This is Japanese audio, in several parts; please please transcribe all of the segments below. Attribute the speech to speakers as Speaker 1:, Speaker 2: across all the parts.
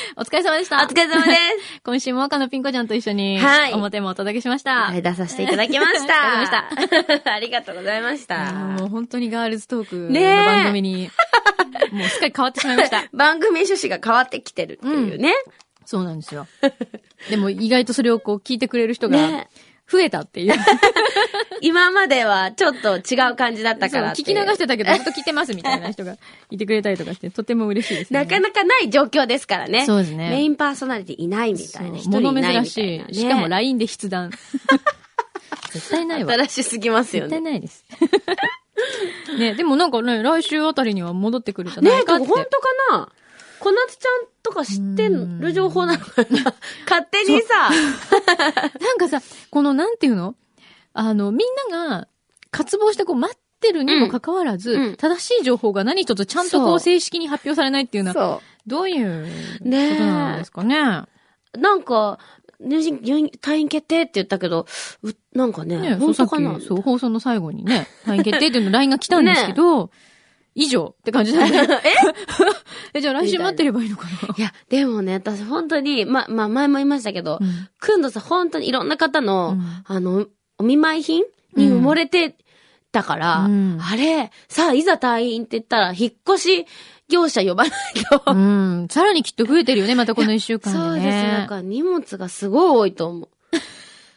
Speaker 1: お疲れ様でし
Speaker 2: お
Speaker 1: た。
Speaker 2: 疲れ様で
Speaker 1: 今週も岡野ピンコちゃんと一緒に、
Speaker 2: はい
Speaker 1: 表もお届けしました。
Speaker 2: す。出させていただきまし
Speaker 1: わか
Speaker 2: た。 した。ありがとうございまし
Speaker 1: いや
Speaker 2: た。
Speaker 1: ーもう本当にガールズトーク
Speaker 2: ね
Speaker 1: の
Speaker 2: え
Speaker 1: 番組に、 もうすっかり変わってしまいました。
Speaker 2: 番組趣旨が変わってきてるっていうね。
Speaker 1: そうなんですよ。 でも意外とそれをこう聞いてくれる人が
Speaker 2: ね
Speaker 1: 増えたっていう。
Speaker 2: 今まではちょっと違う感 じだったからっ
Speaker 1: そ
Speaker 2: て
Speaker 1: う
Speaker 2: い
Speaker 1: 聞き
Speaker 2: う。
Speaker 1: 流してたけどずっと聞いてますみたいな人がいてくれたりとかして、とても嬉しいです ね。
Speaker 2: なかなかない状況ですからね。
Speaker 1: そうですね
Speaker 2: メインパーソナリティいないみたいな。一
Speaker 1: そう
Speaker 2: 人いない
Speaker 1: 物
Speaker 2: みたいな、
Speaker 1: 珍
Speaker 2: ね。
Speaker 1: しい。しかも LINE で筆談。 絶対ないわ。
Speaker 2: 新しすぎますよ
Speaker 1: 絶対
Speaker 2: ね。
Speaker 1: ないです。 ね、でもなんかね、来週あたりには戻ってくるじゃ
Speaker 2: ね
Speaker 1: な
Speaker 2: え、
Speaker 1: いか
Speaker 2: こ
Speaker 1: って。
Speaker 2: れ本当かな小夏ちゃんとか知ってる情報なのかな 勝手にさ、
Speaker 1: なんかさ、このなんていうのあの、みんなが渇望してこう待ってるにもかかわらず、
Speaker 2: うんうん
Speaker 1: 正しい情報が何一つちゃんとこ
Speaker 2: そうう
Speaker 1: 正式に発表されないっていうのは、
Speaker 2: そ
Speaker 1: どういうこと
Speaker 2: ねえ
Speaker 1: なんですかね。
Speaker 2: う。なんか、入信、入院退院決定って言ったけど、うなんかね、
Speaker 1: ねそう
Speaker 2: 本
Speaker 1: さ
Speaker 2: 当
Speaker 1: っ
Speaker 2: かな
Speaker 1: き、そう、放送の最後にね、退院決定っていうの LINE が来たんですけど、以上って感じなんだよ。えじゃあ来週待ってればいいのかな、
Speaker 2: いや、でもね、私本当に、ま、まあ、前も言いましたけど
Speaker 1: う、ん
Speaker 2: くんどさん本当にいろんな方の、
Speaker 1: うん
Speaker 2: あの、お見舞い品に埋もれてたから、
Speaker 1: うん
Speaker 2: あれ、さあ、いざ退院って言ったら、引っ越し業者呼ばないと。
Speaker 1: うん。さらにきっと増えてるよね、またこの一週間
Speaker 2: そう
Speaker 1: で
Speaker 2: です。
Speaker 1: ね。
Speaker 2: なんか荷物がすごい多いと思う。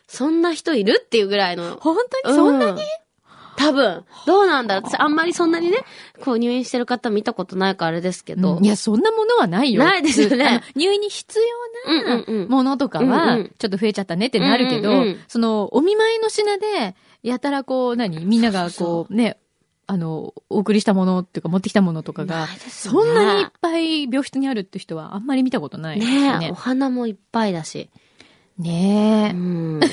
Speaker 2: そんな人いるっていうぐらいの。
Speaker 1: 本当にそんな
Speaker 2: う
Speaker 1: に、
Speaker 2: 多分。どうなんだろう。私あんまりそんなにね、こう入院してる方見たことないからあれですけど。
Speaker 1: うんいや、そんなものはないよ。
Speaker 2: ないですよね
Speaker 1: 普通。あの入院に必
Speaker 2: うん
Speaker 1: 要な
Speaker 2: うんうん。
Speaker 1: ものとかは
Speaker 2: うんうん、
Speaker 1: ちょっと増えちゃったねってなるけど、
Speaker 2: うんうんうん
Speaker 1: その、お見舞いの品で、やたらこう、何みんながこう、ね、あの、お送りしたものっていうか持ってきたものとかが
Speaker 2: ない、ですよね
Speaker 1: そんなにいっぱい病室にあるって人はあんまり見たことないですよ
Speaker 2: ねえ、
Speaker 1: ね。
Speaker 2: お花もいっぱいだし。
Speaker 1: ね
Speaker 2: う
Speaker 1: え。
Speaker 2: ん。ど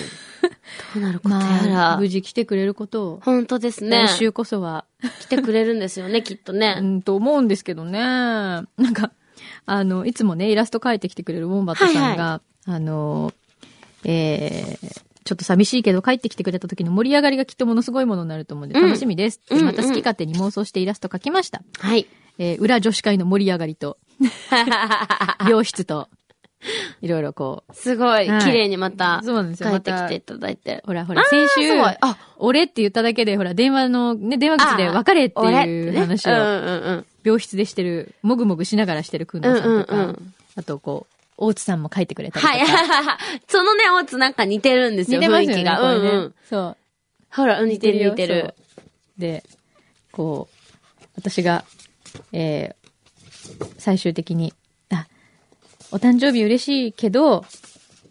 Speaker 2: うなることや
Speaker 1: まあ、
Speaker 2: ら。
Speaker 1: 無事来てくれることを、
Speaker 2: 本当ですね
Speaker 1: 来。週こそは、
Speaker 2: 来てくれるんですよ ね、きっと
Speaker 1: う
Speaker 2: ね。
Speaker 1: ん、と思うんですけどね。 なんか、あの、いつもね、イラスト描いてきてくれるウォンバットさんが、あの、えー、ちょっと寂しいけど帰ってきてくれた時の盛り上がりがきっとものすごいものになると思うんで、
Speaker 2: うん
Speaker 1: 楽しみです。
Speaker 2: うんうん
Speaker 1: また好き勝手に妄想してイラスト描きました。
Speaker 2: はい。
Speaker 1: えー、裏女子会の盛り上がりと、病室と、いろいろこう。
Speaker 2: すごい、
Speaker 1: はい
Speaker 2: 綺麗にまた、
Speaker 1: そうなんです
Speaker 2: 帰
Speaker 1: よ。ま
Speaker 2: ってきてい
Speaker 1: た
Speaker 2: ただいて。
Speaker 1: ほらほら、先
Speaker 2: あー
Speaker 1: 週
Speaker 2: すごい、あ、
Speaker 1: 俺って言っただけで、ほら、電話の、ね、電話口で別れって
Speaker 2: 俺
Speaker 1: いう話を、
Speaker 2: ね、うんうんうん。
Speaker 1: 病室でしてる、もぐもぐしながらしてるくんどさんとか、
Speaker 2: うんうんうん
Speaker 1: あとこう、大津さんも書いてくれたりとか。
Speaker 2: はい。そのね、大津なんか似てるんですよ、
Speaker 1: 似てます
Speaker 2: 雰
Speaker 1: よ
Speaker 2: 囲
Speaker 1: ね。
Speaker 2: 気が。
Speaker 1: これ
Speaker 2: うん
Speaker 1: ね
Speaker 2: うん。
Speaker 1: そう。
Speaker 2: ほら、うん似てる似て
Speaker 1: よ
Speaker 2: る。。
Speaker 1: そうで、こう、私が、えー最終的に、あ、お誕生日嬉しいけど、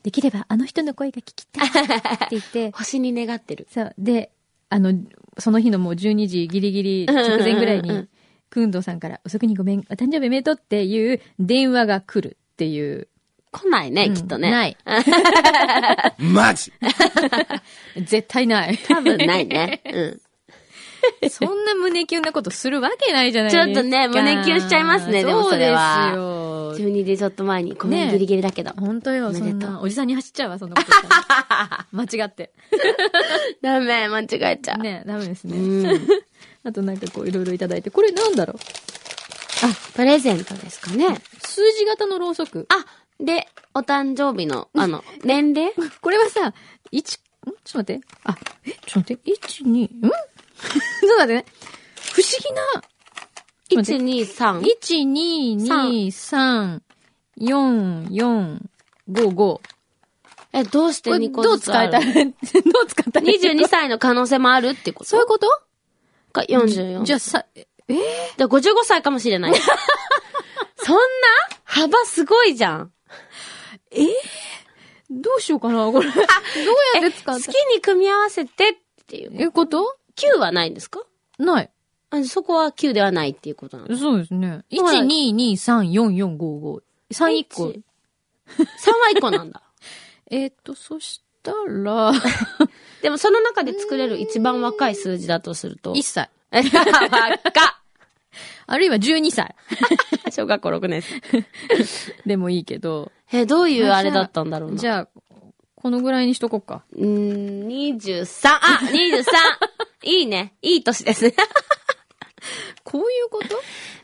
Speaker 1: できればあの人の声が聞きたいって言 って、
Speaker 2: 星に願ってる。
Speaker 1: そう。で、あの、その日のもう12時ギリギリ直前ぐらい
Speaker 2: うんうんうん
Speaker 1: に
Speaker 2: うん、
Speaker 1: くんどうさんから遅くにごめん、お誕生日おめでとうっていう電話が来るっていう。
Speaker 2: 来ないね、
Speaker 1: うん
Speaker 2: きっとね。
Speaker 1: ない。
Speaker 3: マジ
Speaker 1: 絶対ない。
Speaker 2: 多分ない ね。うん。
Speaker 1: そんな胸キュンなことするわけないじゃないですか。
Speaker 2: ちょっとね胸キュンしちゃいますねでもそれは
Speaker 1: そうですよ。
Speaker 2: 12時ちょっと前に、ごめん、
Speaker 1: ね
Speaker 2: ギリギリだけど。
Speaker 1: 本当よ、
Speaker 2: おめ
Speaker 1: そ
Speaker 2: でとうん
Speaker 1: な。おじさんに走っちゃうわ、そんな ことしたら。間違って。
Speaker 2: ダメ、間違えちゃう。
Speaker 1: ねダメです
Speaker 2: う
Speaker 1: ね。
Speaker 2: ん。
Speaker 1: あとなんかこういろいろいただいて。これなんだろう
Speaker 2: プレゼントですかね。
Speaker 1: 数字型のろうそく。
Speaker 2: あ、で、お誕生日の、あの、年齢
Speaker 1: これはさ、一、んちょっと待って。あ、え、ちょっと待って。一、二、ん ちょっと待ってね。不思議な。
Speaker 2: 一二三。
Speaker 1: 一二二三四四五五。
Speaker 2: え、どうし
Speaker 1: こ
Speaker 2: て
Speaker 1: れ
Speaker 2: 2個
Speaker 1: どう
Speaker 2: ずつ
Speaker 1: 使
Speaker 2: あ
Speaker 1: え
Speaker 2: る
Speaker 1: たら、どう使ったらいい
Speaker 2: 22歳の可能性もあるってこと
Speaker 1: そういうこと
Speaker 2: か、44。
Speaker 1: じ
Speaker 2: じ
Speaker 1: ゃ
Speaker 2: ゃ
Speaker 1: あさ、
Speaker 2: あ、55歳かもしれない。 そんな幅すごいじゃん。
Speaker 1: どうしようかな、 これ。どうやって使
Speaker 2: 好
Speaker 1: っ
Speaker 2: き
Speaker 1: た
Speaker 2: に組み合わせてっていう。
Speaker 1: いうこと
Speaker 2: 9はないんですか
Speaker 1: ない。
Speaker 2: あそこは9ではないっていうことなの。3
Speaker 1: そうですね。
Speaker 2: はい
Speaker 1: 1、2、2、3、4、4、5、5。3、1個。
Speaker 2: 3は1個なんだ。
Speaker 1: えーっと、そした ら、
Speaker 2: でもその中で作れる一番若い数字だとすると。
Speaker 1: 1歳。
Speaker 2: 若っ
Speaker 1: あるいは12歳。
Speaker 2: 小学校6年生。
Speaker 1: でもいいけど。
Speaker 2: え、どういうあれだったんだろうな。
Speaker 1: じゃあ、このぐらいにしとこうか。
Speaker 2: うーん、23! あ !23! いいね。いい年ですね。
Speaker 1: こういうこと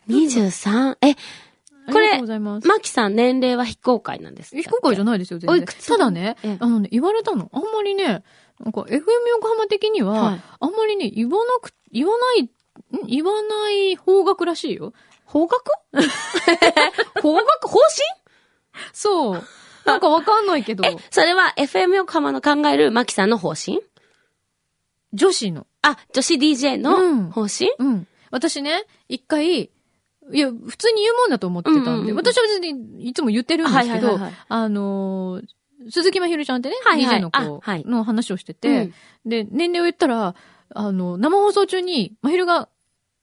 Speaker 2: 23? え、
Speaker 1: ありがとうございます。
Speaker 2: マキさん年齢は非公開なんです。
Speaker 1: 非公開じゃ
Speaker 2: ない
Speaker 1: ないですよ、全
Speaker 2: お
Speaker 1: 然。
Speaker 2: いくつ
Speaker 1: ただね
Speaker 2: ええ、
Speaker 1: あのね、言われたの。あんまりね、なんか FM 横浜的には、
Speaker 2: はい
Speaker 1: あんまりね、言わなく、言わない、ん言わない方角らしいよ。
Speaker 2: 方角方角方
Speaker 1: そう。なんかわかんないけど、
Speaker 2: 針え、それは FM 横浜の考えるマキさんの方針
Speaker 1: 女子の。
Speaker 2: あ、女子 DJ
Speaker 1: うん
Speaker 2: の方針、
Speaker 1: うん。私ね、一回、いや、普通に言うもんだと思ってたんで、
Speaker 2: うんうんうん
Speaker 1: 私は別にいつも言ってるんですけど、
Speaker 2: はいはいはいはい
Speaker 1: あのー鈴木まひるちゃんってね、
Speaker 2: はいはい
Speaker 1: DJ の
Speaker 2: あはい
Speaker 1: 子の話をしてて、で、年齢を言ったら、あの、生放送中に、まひるが、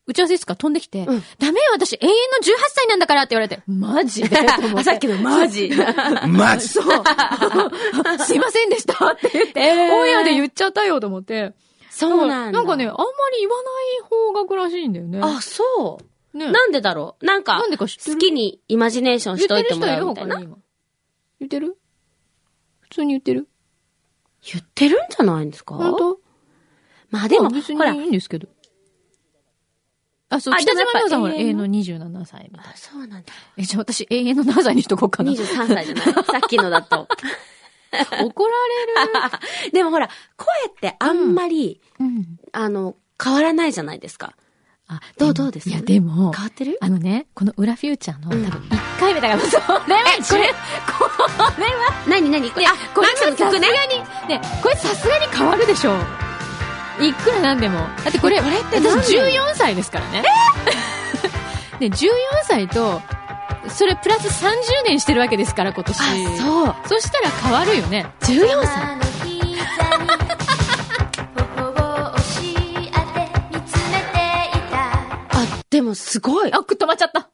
Speaker 1: 打ち合わせ室から飛んできて、
Speaker 2: うん
Speaker 1: ダメよ、私、永遠の18歳なんだからって言われて、マ ジでと思って
Speaker 2: さっきのマジ。
Speaker 3: マジ
Speaker 1: そう。 すいませんでしたって言って、オンエアで言っちゃったよと思って。
Speaker 2: そうなんだ。
Speaker 1: なんかね、あんまり言わない方角らしいんだよね。
Speaker 2: あ、そう。
Speaker 1: ね、
Speaker 2: なんでだろうなんか、
Speaker 1: なんでか知ってる
Speaker 2: 好きにイマジネーション
Speaker 1: 言
Speaker 2: しと
Speaker 1: っ
Speaker 2: い
Speaker 1: て
Speaker 2: て
Speaker 1: る
Speaker 2: も
Speaker 1: 人い
Speaker 2: ら
Speaker 1: る
Speaker 2: うみた
Speaker 1: 他
Speaker 2: い
Speaker 1: に
Speaker 2: な。
Speaker 1: 今。言ってる普通に言ってる
Speaker 2: 言ってるんじゃないんですか
Speaker 1: 本当
Speaker 2: まあで
Speaker 1: ま
Speaker 2: も、
Speaker 1: あ別
Speaker 2: ほら
Speaker 1: にい、いんですけど。あ、そう、
Speaker 2: あ
Speaker 1: 北島美穂さんは
Speaker 2: でもやっぱ
Speaker 1: 永遠の27歳みたいな。
Speaker 2: あそうなんだ。
Speaker 1: え、じゃあ私永遠の7歳にしとこうかな。
Speaker 2: 23歳 じゃない。さっきのだと。
Speaker 1: 怒られる。
Speaker 2: でもほら、声ってあんまり、
Speaker 1: うん。
Speaker 2: あの、変わらないじゃないですか。
Speaker 1: あ、
Speaker 2: どう
Speaker 1: も
Speaker 2: どうです
Speaker 1: いや、でも、
Speaker 2: 変わってる
Speaker 1: あのね、この裏フューチャーの多
Speaker 2: う
Speaker 1: 分
Speaker 2: ん
Speaker 1: 1回目だから、そうね、これ、これは、
Speaker 2: 何何これ、あ、
Speaker 1: こ
Speaker 2: こ
Speaker 1: れ
Speaker 2: れの曲ね。
Speaker 1: さすがに、ね、これさすがに変わるでしょう。いくらなんでも。だってこれ、
Speaker 2: これって何
Speaker 1: 私14歳ですからね。 えね、14歳と、それプラス30年してるわけですから、今年。
Speaker 2: あ、
Speaker 1: そしたら変わるよね。
Speaker 2: そう。14
Speaker 4: 「頬を押し当て見つめ
Speaker 2: 歳。
Speaker 4: ていた」
Speaker 2: あ、でもすごい。
Speaker 1: あ、
Speaker 2: あ、
Speaker 1: く止まっちゃった。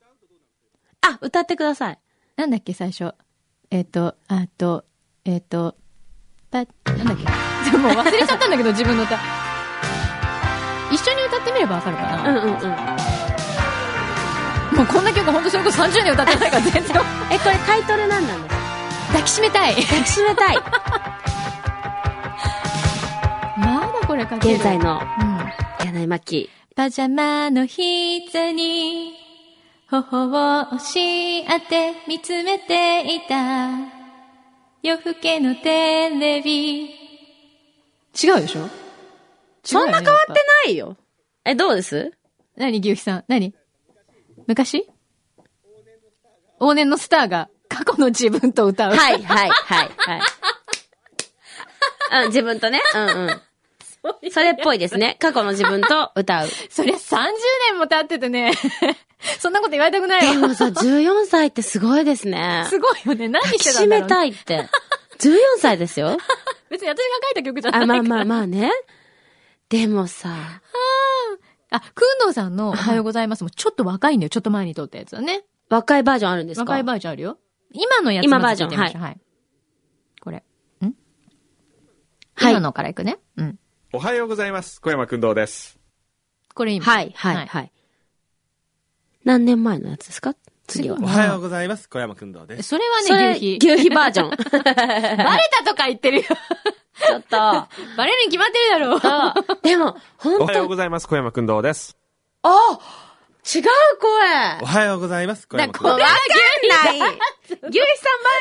Speaker 2: 歌ってください。
Speaker 1: なんだっけ、最初。えっ、と、あと、えっ、と、パなんだっけ。でもう忘れちゃったんだけど、自分の歌。一緒に歌ってみればわかるかな。
Speaker 2: うんうんうん。
Speaker 1: もうこんな曲ほんとそれこそ30年歌ってないから全然
Speaker 2: え、これタイトル何なんですか
Speaker 1: 抱きしめたい
Speaker 2: 抱きしめ たい。
Speaker 1: まだこれかける
Speaker 2: 現在の
Speaker 1: うん
Speaker 2: 柳巻。
Speaker 1: パジャマの膝に頬を押し当て見つめていた夜更けのテレビ違うでしょ
Speaker 2: そんな変わってないよ。え、どうです
Speaker 1: 何、牛肥さん。何昔往年のスターが過去の自分と歌う。
Speaker 2: はい、はい、はい、 はい。うん、自分とね。 うんうん。それっぽいですね。過去の自分と歌う。
Speaker 1: そりゃ30年も経っててね。 そんなこと言われたくない
Speaker 2: で
Speaker 1: よ。
Speaker 2: も さ、14歳ってすごいですね。
Speaker 1: すごいよね。何
Speaker 2: 抱
Speaker 1: し
Speaker 2: き
Speaker 1: てた
Speaker 2: し
Speaker 1: んだ
Speaker 2: め
Speaker 1: ろう、ね。
Speaker 2: たいって。14歳です よ。
Speaker 1: 別に私が書いた曲じゃない
Speaker 2: あ、
Speaker 1: から。
Speaker 2: まあまあまあね。でもさ、
Speaker 1: あ、くんどうさんのおはようございますもちょっと若いんだよ。ちょっと前に撮ったやつだね。
Speaker 2: 若いバージョンあるんですか
Speaker 1: 若いバージョンあるよ。今のやつ
Speaker 2: 今バージョン
Speaker 1: まず聞いてみましょうはい。これ。ん
Speaker 2: はい
Speaker 1: 今のからいくね。うん。
Speaker 5: おはようございます。小山くんどうです。
Speaker 1: これ今。
Speaker 2: はい、はい、はい。何年前のやつですか次は。
Speaker 1: 次
Speaker 5: お
Speaker 1: は
Speaker 5: はようございます。小山くんどうです。
Speaker 1: それ
Speaker 2: そ
Speaker 1: はね、
Speaker 2: れ、
Speaker 1: 牛
Speaker 2: 牛
Speaker 1: 皮。
Speaker 2: 皮バー ジョン。
Speaker 1: バレたとか言ってるよ。
Speaker 2: ちょっと。
Speaker 1: バレるに決まってるだろう。
Speaker 2: そう。でも、
Speaker 5: お
Speaker 2: 本
Speaker 5: はよう
Speaker 2: 当
Speaker 5: ございます。小山くんどうです。
Speaker 2: あ違う声
Speaker 5: おはようございます。小山くんどう
Speaker 2: わ
Speaker 5: で
Speaker 2: かんない牛皮さんバー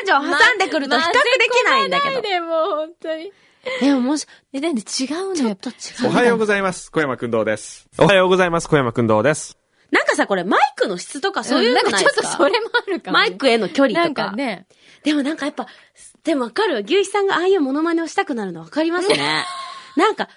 Speaker 2: ジョン挟んでくると比較できないんだけ
Speaker 1: 混
Speaker 2: ど。
Speaker 1: ぜ込まないでもう本当に。
Speaker 2: でももし、
Speaker 1: え、なんで違うのやっぱ違
Speaker 5: す。おはようございます。小山くんどうです。おはようございます。小山くんどうです。
Speaker 2: なんかさ、これマイクの質とかそういう
Speaker 1: なんか
Speaker 2: の な
Speaker 1: ち
Speaker 2: いで
Speaker 1: ょっ
Speaker 2: す
Speaker 1: と
Speaker 2: か
Speaker 1: それもあるかもね。
Speaker 2: マイクへの距離
Speaker 1: な
Speaker 2: と
Speaker 1: ん
Speaker 2: か。
Speaker 1: かね。
Speaker 2: でもなんかやっぱ、でもわかるわ。牛皮さんがああいうモノマネをしたくなるのわかりますね。なんか、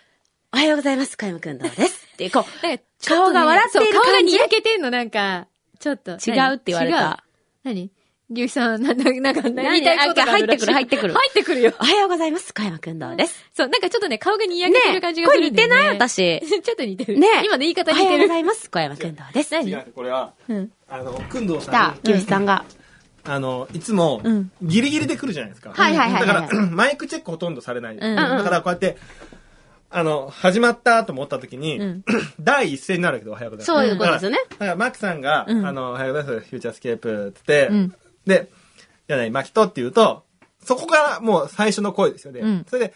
Speaker 2: おはようございます。小山くんどうです。っていう、こう、
Speaker 1: なんかちょっと
Speaker 2: 顔
Speaker 1: ね
Speaker 2: が笑っている
Speaker 1: そう顔が
Speaker 2: 感
Speaker 1: に
Speaker 2: じ。
Speaker 1: やけてんの、なんか、ちょっと。
Speaker 2: 違うって言われた。
Speaker 1: 何牛さん、な、な、なんか、言
Speaker 2: 何
Speaker 1: いたいことがあるらしい
Speaker 2: あ入ってくる入ってくる
Speaker 1: 入ってくるよ。
Speaker 2: おはようございます。小山くんどうです。
Speaker 1: そう、なんかちょっとね、顔がにや
Speaker 2: ね
Speaker 1: けてる感じがす
Speaker 2: 声
Speaker 1: る
Speaker 2: 似
Speaker 1: んだよ
Speaker 2: て
Speaker 1: ね。
Speaker 2: ない私。
Speaker 1: 私。ちょっと似てる。
Speaker 2: ね
Speaker 1: 今の言い
Speaker 2: お
Speaker 1: 方
Speaker 2: は
Speaker 1: 似
Speaker 2: よ
Speaker 1: て
Speaker 2: うご
Speaker 1: る
Speaker 2: ざ。います。小山くんどうです。
Speaker 1: 何
Speaker 5: 違う、これは、
Speaker 1: うん。
Speaker 6: あの、くんどう
Speaker 2: 来
Speaker 6: さ
Speaker 2: た
Speaker 6: ん、、
Speaker 2: 牛皮さんが。
Speaker 6: あの、いつも
Speaker 1: うん、
Speaker 6: ギリギリで来るじゃないですか。
Speaker 2: はいはいはいはい
Speaker 6: だから、 マイクチェックほとんどされない。
Speaker 1: ん
Speaker 6: だから、こうやって、あの、始まったと思った時に、
Speaker 1: うん
Speaker 6: 第一声になるけど、おはようございま
Speaker 2: そ
Speaker 6: す。
Speaker 2: ういうことですよね
Speaker 6: だから、だからマキさんが、
Speaker 1: うん
Speaker 6: あの、おはようございます、フューチャースケープ、つって、
Speaker 1: うん
Speaker 6: で、じゃない、マキとって言うと、そこからもう最初の声ですよね。
Speaker 1: うん
Speaker 6: それで、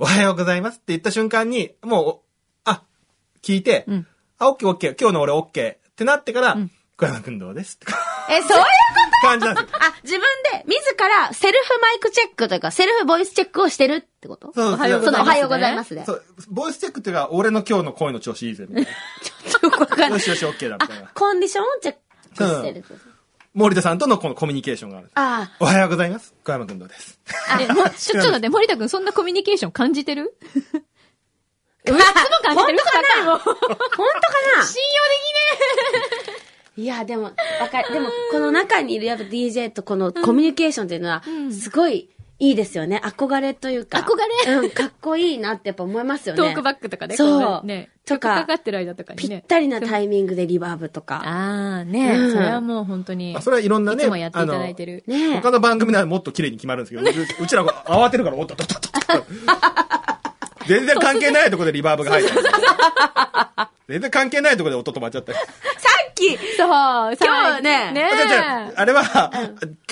Speaker 6: おはようございますって言った瞬間に、もう、おあ、聞いて、
Speaker 1: うん
Speaker 6: あ、オッケーオッケー、今日の俺オッケーってなってから、小山くんどうですって
Speaker 2: え、そういう
Speaker 6: 感じなんですよ。
Speaker 2: あ、自分で、自ら、セルフマイクチェックというか、セルフボイスチェックをしてるってこと
Speaker 6: そうそう
Speaker 2: おはようございます。
Speaker 1: おはようございます
Speaker 2: ね
Speaker 6: そ
Speaker 2: ちょ
Speaker 6: う、ボイスチェックっていうか、俺の今日の声の調子いいぜ、みたい
Speaker 2: っとよくわかん
Speaker 6: な。
Speaker 2: な
Speaker 6: よ
Speaker 2: い
Speaker 6: し。よし、OK だ、みたい
Speaker 2: あ
Speaker 6: な、。
Speaker 2: コンディションをチェックしてるってこと。
Speaker 6: 森田さんとのこのコミュニケーションがある。
Speaker 2: あ
Speaker 6: おはようございます。小山くんどうです。
Speaker 1: えもうちょちょっと待って、森田くんそんなコミュニケーション感じてる
Speaker 2: あ。う
Speaker 1: 感じてる
Speaker 2: わ、
Speaker 1: 嘘ばっかりもう
Speaker 2: 本当かな
Speaker 1: 信
Speaker 2: いや、でも、わかる。でも、この中にいるやっぱ DJ とこのコミュニケーションっていうのは、すごいいいですよね。憧れというか。
Speaker 1: 憧れ
Speaker 2: うん、かっこいいなってやっぱ思いますよ
Speaker 1: 用 できねトー
Speaker 2: ね。
Speaker 1: クバックとかね。
Speaker 2: そう
Speaker 1: こね。
Speaker 2: と
Speaker 1: と
Speaker 2: か
Speaker 1: か。かかってる間とかに
Speaker 2: ぴ
Speaker 1: ね
Speaker 2: っ。たりなタイミングでリバーブとか。
Speaker 1: ああ、ね、
Speaker 2: うん
Speaker 1: それはもう本当に。
Speaker 6: あそれはいろんなね
Speaker 1: いつもやっていただいてる。
Speaker 2: ねえ
Speaker 6: 他の番組ならもっと綺麗に決まるんですけど、ううちらが慌てるから、おっとっとっ とっとっと。全然関係ないとこでリバーブが入ってる。全然関係ないとこで音止まっちゃったり。
Speaker 2: さっき
Speaker 1: そう、今
Speaker 2: 今日ね
Speaker 1: ね
Speaker 6: じゃあじゃああれは、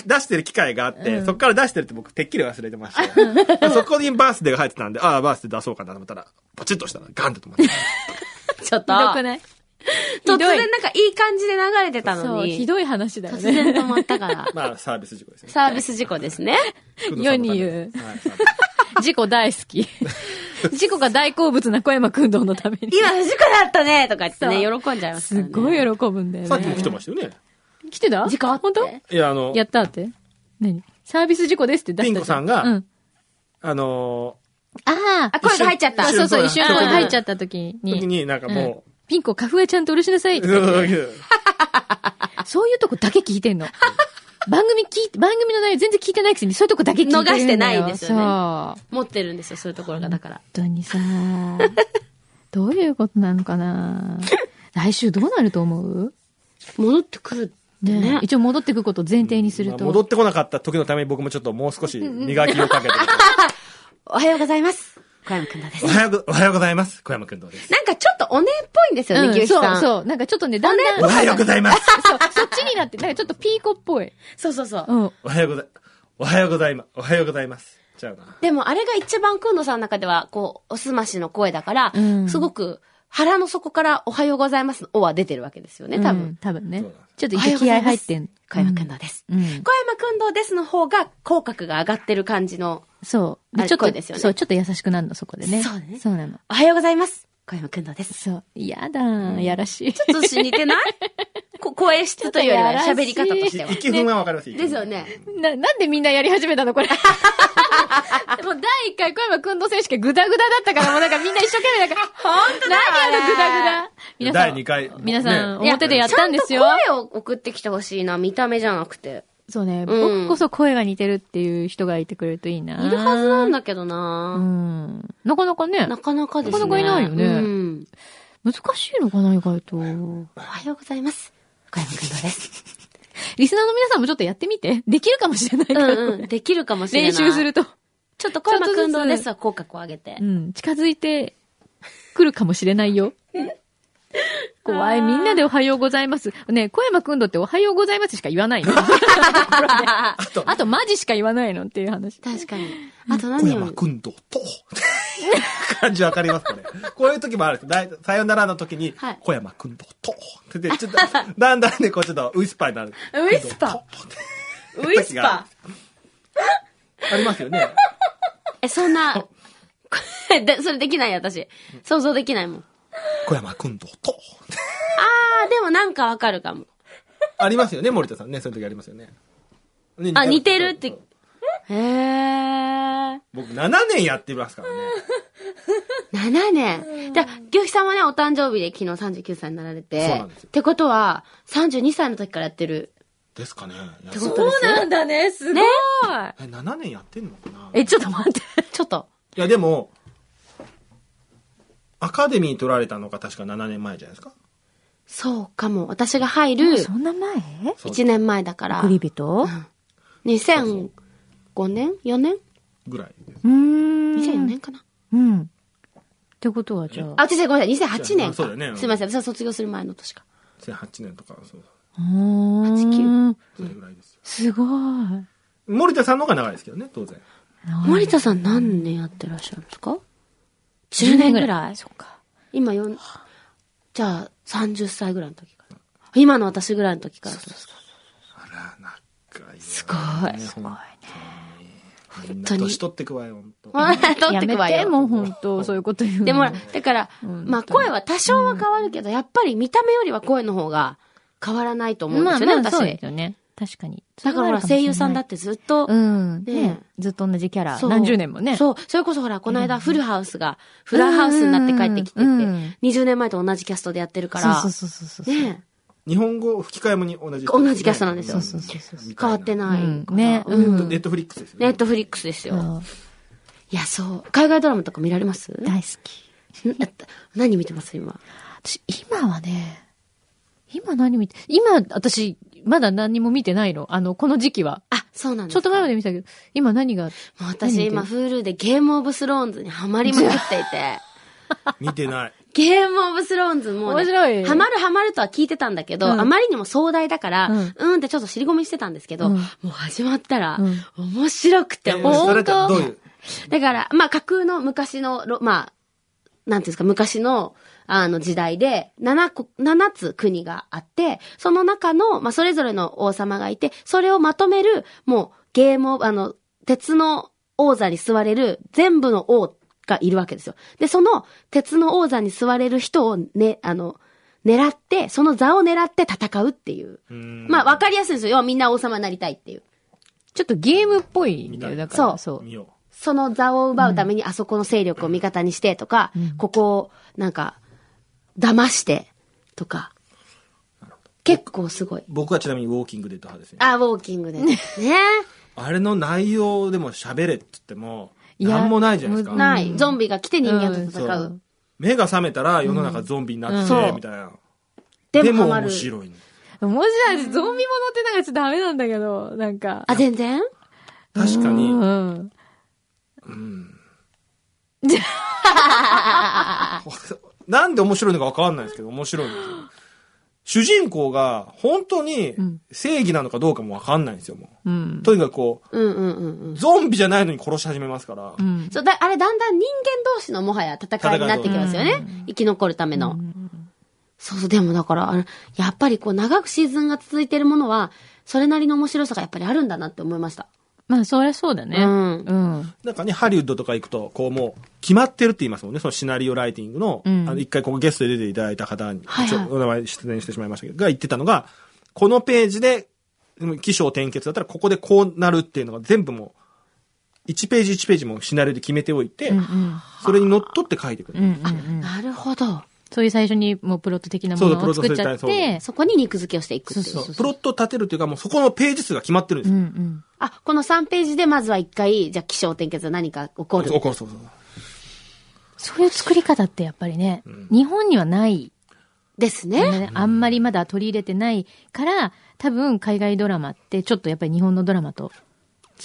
Speaker 6: 出してる機会があって、そこから出してるって僕、てっきり忘れてました。そこにバースデーが入ってたんで、ああ、バースデー出そうかなと思ったら、ポチッとしたら、ガンって止まって。
Speaker 2: ちょっ
Speaker 1: ひ
Speaker 2: と、
Speaker 1: どくないひど
Speaker 2: 突然
Speaker 1: い
Speaker 2: なんかいい感じで流れてた
Speaker 1: そ
Speaker 2: の
Speaker 1: う、
Speaker 2: に
Speaker 1: ひ、どい話だよ
Speaker 2: 突然
Speaker 1: ね。
Speaker 2: 止まった から、
Speaker 6: まあ、サービス事故ですね。
Speaker 2: サービス事故ですね。
Speaker 1: 世に言う
Speaker 6: はいサービス
Speaker 1: 事故大好き。事故が大好物な小山くんどうのために。
Speaker 2: 今、不事故だったねとか言ってね、
Speaker 1: そう
Speaker 2: 喜んじゃいますか
Speaker 1: す
Speaker 2: らね。
Speaker 1: ごい喜ぶんだよね。
Speaker 6: さっきも来てましたよね。
Speaker 1: 来てた
Speaker 2: 事故あって
Speaker 1: 本当
Speaker 6: いや、あの
Speaker 1: や、ったって何サービス事故ですって出したじゃ
Speaker 6: ピン子さんが
Speaker 1: うん。
Speaker 6: あの
Speaker 1: あ
Speaker 2: あ、声が入っちゃった。
Speaker 1: あ、そうそう、一
Speaker 6: 一
Speaker 1: 瞬
Speaker 6: 瞬
Speaker 2: 声が
Speaker 1: 入っちゃった時
Speaker 6: ー、
Speaker 1: に。
Speaker 6: 時になんかも
Speaker 1: ピン子、花粉はちゃんとおろしなさいと
Speaker 6: う、
Speaker 1: か言って。そういうとこだけ聞いてんの。番組聞いて、番組の内容全然聞いてないくせに、そういうとこだけ聞いてるんだよ
Speaker 2: 逃してないんですよね
Speaker 1: そう。
Speaker 2: 持ってるんですよ、そういうところが、だから。
Speaker 1: 本当にさ、 どういうことなのかな来週どうなると思う
Speaker 2: 戻ってくる。
Speaker 1: ね
Speaker 2: ね
Speaker 1: 一応戻ってくことを前提にする
Speaker 6: まあ
Speaker 1: と。
Speaker 6: 戻ってこなかった時のために僕もちょっともう少し磨きをかけて。
Speaker 2: おはようございます。小山くんだです
Speaker 6: お。はようご、おはようございます。小山くんどうです。
Speaker 2: なんかちょっとお姉っぽいんですよね、
Speaker 1: うん
Speaker 2: 牛肥さ
Speaker 1: そ
Speaker 2: ん。
Speaker 1: うそう。なんかちょっとね、だんだん、
Speaker 6: おはようございます。
Speaker 1: そうそっちになって、なんかちょっとピーコっぽい。
Speaker 2: そうそうそう。
Speaker 1: うん。
Speaker 6: おはようござい、おはようございます。おはようございます。ちゃうな。
Speaker 2: でもあれが一番くんのさんの中では、こう、おすましの声だから、
Speaker 1: うん
Speaker 2: すごく腹の底からおはようございますのおは出てるわけですよね、多
Speaker 1: うん
Speaker 2: 分。
Speaker 1: 多分ね
Speaker 6: そうなんです。
Speaker 1: ちょっと一応気合入ってん。
Speaker 2: 小山くんどうです。
Speaker 1: うん。う
Speaker 2: 小
Speaker 1: ん
Speaker 2: 山くんどうですの方が口角が上がってる感じの、
Speaker 1: そう。
Speaker 2: あれ
Speaker 1: ちょっ
Speaker 2: 声
Speaker 1: と、
Speaker 2: ですよね
Speaker 1: そう、ちょっと優しくなるの、そこでね。
Speaker 2: そうね
Speaker 1: そうなの。
Speaker 2: おはようございます。小山くんどうです。
Speaker 1: そう。やだーやらしい。
Speaker 2: ちょっとし似てない こ声質というよりは喋り方としては。
Speaker 6: 生き分はわかります。
Speaker 2: ですよ。ね。
Speaker 1: な、なんでみんなやり始めたのこ れ。もう第1回小山くんの選手権グダグダだったから、もうなんかみんな一生懸命な んか、本当だ何あのグダグダ。皆さん、
Speaker 6: 第2回。
Speaker 1: 皆さん、
Speaker 6: ね
Speaker 1: 表でやったんですよ
Speaker 2: ち。ゃんと声を送ってきてほしいな、見た目じゃなくて。
Speaker 1: そうね、
Speaker 2: うん
Speaker 1: 僕こそ声が似てるっていう人がいてくれるといいな。
Speaker 2: いるはずなん
Speaker 1: だ。
Speaker 2: だけど
Speaker 1: う
Speaker 2: な、
Speaker 1: ん。なかなかね、
Speaker 2: なかなかですね。
Speaker 1: なかなかいないよね
Speaker 2: うん。
Speaker 1: 難しいのかな、意外と。
Speaker 2: おはようございます。小山くんどう です。
Speaker 1: リスナーの皆さんもちょっとやってみて。できるかもしれないか
Speaker 2: う
Speaker 1: ら。
Speaker 2: んうん。できるかもしれない。
Speaker 1: 練習する。と。
Speaker 2: ちょっと小山くんどうです
Speaker 1: ち
Speaker 2: は口角を上げて
Speaker 1: う。ん、近づいてくるかもしれないよ。怖い。みんなでおはようございます。ね、小山くんどっておはようございますしか言わないの。
Speaker 2: あ
Speaker 1: あとマジしか言わないのっていう話。
Speaker 2: 確かに。あと
Speaker 6: 小
Speaker 2: 何
Speaker 6: 山
Speaker 2: を。
Speaker 6: くんどうと。感じわかります かね。こういう時もあるんですだいさよならの時に
Speaker 2: はい、
Speaker 6: 小山くんどうと。ってで、ちょっと、だんだんね、こうちょっとウィスパーになる。
Speaker 2: ウィスパーウィスパ
Speaker 6: ーありますよね。
Speaker 2: ーえ、そんな、 これでそれできない私。想像できないもん。
Speaker 6: 小山くんどうと。
Speaker 2: あー、でもなんかわかるかも。
Speaker 6: ありますよね、森田さんね。そういう時ありますよね。ね
Speaker 2: あ、似てるって。へー。
Speaker 6: 僕、7年やってますからね。
Speaker 2: 7年。じゃあ、牛肥さんはね、お誕生日で昨日39歳になられて。
Speaker 6: そうなんですよ
Speaker 2: ってことは、32歳の時からやってる
Speaker 6: ですかね。
Speaker 2: ってことですね。
Speaker 1: んだね、す
Speaker 2: ごい
Speaker 6: え、7年やってんのかな
Speaker 1: え、ちょっと待って。
Speaker 2: ちょっと。
Speaker 6: いや、でも、アカデミー取られたのが確か7年前じゃないですか。
Speaker 2: そうかも。私が入る
Speaker 1: そんな前
Speaker 6: そう
Speaker 2: 1年前だから
Speaker 1: 送、り人う
Speaker 2: 2005年 ?4 年
Speaker 6: ぐらい。
Speaker 1: ーん。
Speaker 2: ?2004 年かな
Speaker 1: うん。ってことはじゃあ。
Speaker 2: あ、違う違う、ごめんなさい。2008年か。
Speaker 6: そうだよねうん
Speaker 2: すいません。私は卒業する前の年か。
Speaker 6: 2008年とか、そう
Speaker 1: うーん。
Speaker 6: それぐらいですよ。
Speaker 1: すごい。
Speaker 6: 森田さんの方が長いですけどね、当然。
Speaker 2: 森田さん何年やってらっしゃるんですか
Speaker 1: 10
Speaker 2: ?10
Speaker 1: 年
Speaker 2: 年
Speaker 1: ぐ
Speaker 2: ぐ
Speaker 1: ら
Speaker 2: ら
Speaker 1: い。
Speaker 2: い
Speaker 1: そっか。
Speaker 2: 今4、じゃあ30歳ぐらいの時か今の私ぐらいの時から。
Speaker 6: す
Speaker 2: ごい。
Speaker 6: すごいね。本
Speaker 2: 当に
Speaker 6: 年取ってくわよ、本当。
Speaker 2: 取
Speaker 1: や
Speaker 2: って
Speaker 1: め
Speaker 2: くわよ。
Speaker 1: て、もう本当、そういうこと言うの。
Speaker 2: でもほら、だから、
Speaker 1: ん
Speaker 2: まあ声は多少は変わるけど、やっぱり見た目よりは声の方が変わらないと思うんで
Speaker 1: まあ
Speaker 2: すよね、
Speaker 1: まあ、そう
Speaker 2: 私
Speaker 1: です。よね。確かに。。
Speaker 2: だからほら、声優さんだっててずっと、
Speaker 1: うん。ね
Speaker 2: ね
Speaker 1: ずっと同じキャラ、
Speaker 2: そう
Speaker 1: 何十年もね。
Speaker 2: そう、それこそほら、この間、フルハウスが、フラハウスになって帰ってきてて、
Speaker 1: うんうん
Speaker 2: 20年前と同じキャストでやってるから、
Speaker 1: そうそうそうそうそう。
Speaker 2: ね
Speaker 6: 日本語吹き替えもに同じ。
Speaker 2: 同じキャストなんですよ
Speaker 1: そうそうそうそう。
Speaker 2: 変わって
Speaker 6: い。
Speaker 2: な
Speaker 1: うん
Speaker 2: いから。
Speaker 1: ね
Speaker 2: う
Speaker 1: うん
Speaker 2: ん
Speaker 6: ネットフリックスですよ
Speaker 2: ネ
Speaker 6: ね
Speaker 2: ッ。トフリックスですよ。
Speaker 1: そう
Speaker 2: いや、そう。海外ドラマとか見られます
Speaker 1: 大好き。
Speaker 2: んあった何見てます今。
Speaker 1: 私、今はね、今何見て、今、私、まだ何も見てないの。あの、この時期は。
Speaker 2: あ、そうなんです
Speaker 1: ちょっと前まで見てたけど、今何が、
Speaker 2: もう
Speaker 1: 何見
Speaker 2: 私
Speaker 1: てる
Speaker 2: 今、フールでゲームオブスローンズにハマりまくっていて、
Speaker 6: 見てない。
Speaker 2: ゲームオブスローンズも、ね、
Speaker 1: 面白い
Speaker 2: ハマるハマるとは聞いてたんだけど、
Speaker 1: うん
Speaker 2: あまりにも壮大だから、
Speaker 1: う
Speaker 2: うんん、ってちょっと尻込みしてたんですけど、
Speaker 1: うん
Speaker 2: もう始まったら、
Speaker 1: うん
Speaker 2: 面白くて、
Speaker 6: え
Speaker 2: もう
Speaker 6: それってどういう。
Speaker 2: だから、まあ、架空の昔のロ、まあ、なんていうんですか、昔の、あの時代で、7こ、7つ国があって、その中の、まあ、それぞれの王様がいて、それをまとめる、もう、ゲームを、あの、鉄の王座に座れる、全部の王がいるわけですよ。で、その、鉄の王座に座れる人をね、あの、狙って、その座を狙って戦うっていう。まあ、わかりやすいんですよ。要はみんな王様になりたいっていう。
Speaker 1: ちょっとゲームっぽいんだよ。だか
Speaker 2: そ
Speaker 1: ら、
Speaker 2: う
Speaker 1: そう。
Speaker 6: 見よ。。
Speaker 2: その座を奪うためにあそこの勢力を味方にしてとか、ここをなんか、騙してとか。結構すごいう
Speaker 6: 僕はちなみにウォーキングデッド派ですね。
Speaker 2: あ、ウォーキングで。ね。
Speaker 6: あれの内容でも喋れって言っても、
Speaker 1: いや
Speaker 6: なんもないじゃないですか。
Speaker 2: な
Speaker 1: う
Speaker 2: い。
Speaker 1: ん
Speaker 2: ゾンビが来て人間と戦。
Speaker 6: そうう目が覚めたら世の中ゾンビになって
Speaker 2: うんう
Speaker 6: て、
Speaker 2: ん
Speaker 6: みたいな。
Speaker 2: で
Speaker 6: で
Speaker 2: も
Speaker 6: も
Speaker 2: ハマ
Speaker 6: 面
Speaker 2: る。
Speaker 6: 白いね。
Speaker 1: 面白い。ゾンビものってなんかちょっとダメなんだけど、なんか。
Speaker 2: あ、全然
Speaker 6: 確かに
Speaker 1: う。ん。
Speaker 6: なんで面白いのかわかんないですけど、面白いんですよ。主人公が本当に正義なのかどうかもわかんないんですよ、も
Speaker 1: う
Speaker 6: う。
Speaker 1: ん。
Speaker 6: とにかくこ
Speaker 2: うんうんうんうん
Speaker 6: う、。ゾンビじゃないのに殺し始めますから。
Speaker 1: うん。
Speaker 2: そうだ、あれだんだん人間同士のもはや戦いになってきますよね。生き残るための。そうそう、でもだから、あれやっぱりこう長くシーズンが続いてるものは、それなりの面白さがやっぱりあるんだなって思いました。
Speaker 1: まあ、そりゃそうだね。
Speaker 2: うん
Speaker 1: うん。
Speaker 6: なんかね、ハリウッドとか行くと、こうもう、決まってるって言いますもんね、そのシナリオライティングの、
Speaker 1: うん
Speaker 6: あの、一回ここゲストで出ていただいた方に、
Speaker 2: はいはい
Speaker 6: ちょお名前出演してしまいましたけど、が言ってたのが、このページで、うん起承転結だったら、ここでこうなるっていうのが全部もう、1ページ1ページもシナリオで決めておいて、
Speaker 1: うんうん。
Speaker 6: それにのっとって書いてくる。
Speaker 1: うんうんうん。
Speaker 2: なるほど。
Speaker 1: そういう最初にもうプロット的なも
Speaker 6: そう
Speaker 1: の
Speaker 6: プ
Speaker 1: を
Speaker 6: ロット
Speaker 1: 作っちゃっ
Speaker 6: そう
Speaker 1: て、
Speaker 2: そこに肉付けをしていくっていう。
Speaker 1: そうそう
Speaker 6: プロットを立てるというか、もうそこのページ数が決まってるんで
Speaker 1: う
Speaker 6: す
Speaker 1: んう
Speaker 6: よ。
Speaker 1: ん。
Speaker 2: あ、この3ページでまずは1回、じゃあ気象転結は何か起こる。
Speaker 6: そうそうそう
Speaker 1: そういう作り方ってやっぱりね、日本にはない
Speaker 2: です
Speaker 1: よ
Speaker 2: ね。
Speaker 1: ね。あんまりまだ取り入れてないから、多分海外ドラマってちょっとやっぱり日本のドラマと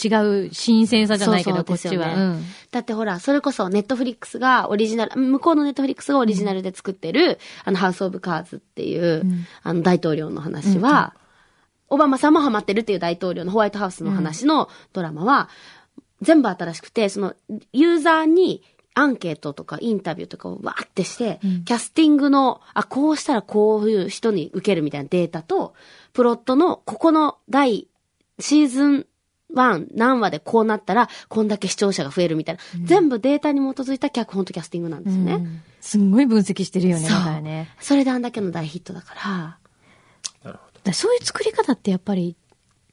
Speaker 1: 違う新鮮さじゃないけど、
Speaker 2: そうそ
Speaker 1: こ
Speaker 2: う
Speaker 1: っ
Speaker 2: です
Speaker 1: ち
Speaker 2: よね
Speaker 1: は。うん。
Speaker 2: だってほら、それこそネットフリックスがオリジナル、向こうのネットフリックスがオリジナルで作ってる、あの、ハウス・オブ・カーズっていう、あの、大統領の話は、オバマさんもハマってるっていう大統領のホワイトハウスの話のドラマは、全部新しくて、その、ユーザーにアンケートとかインタビューとかをわーってして、キャスティングの、あ、こうしたらこういう人に受けるみたいなデータと、プロットの、ここの第、シーズン1、何話でこうなったら、こんだけ視聴者が増えるみたいな、全部データに基づいた脚本とキャスティングなんですよね。
Speaker 1: うんすんごい分析してるよね、
Speaker 2: そう
Speaker 1: だからね。
Speaker 2: それであんだけの大ヒットだから、
Speaker 1: だからそういう作り方ってやっぱり、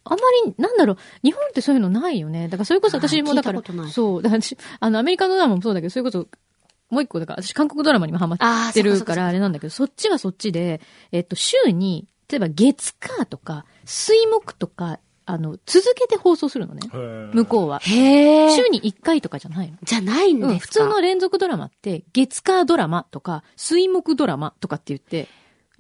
Speaker 1: あんまり、なんだろう、日本ってそういうのないよね。だからそれこそ私もだから、
Speaker 2: 聞いたことない
Speaker 1: そう、だから私、あの、アメリカのドラマもそうだけど、それこそ、もう一個、だから私、韓国ドラマにもハマ
Speaker 2: あ
Speaker 1: っ
Speaker 2: ー
Speaker 1: てる
Speaker 2: そっかそ
Speaker 1: か、
Speaker 2: っから
Speaker 1: あれなんだけど、そっちはそっちで、えっと、週に、例えば月火とか、水木とか、あの、続けて放送するのね。
Speaker 6: そう。
Speaker 1: 向こうは。
Speaker 2: へー
Speaker 1: 週に1回とかじゃないの。
Speaker 2: じゃないんですか、
Speaker 1: うん、普通の連続ドラマって、月火ドラマとか、水木ドラマとかって言って、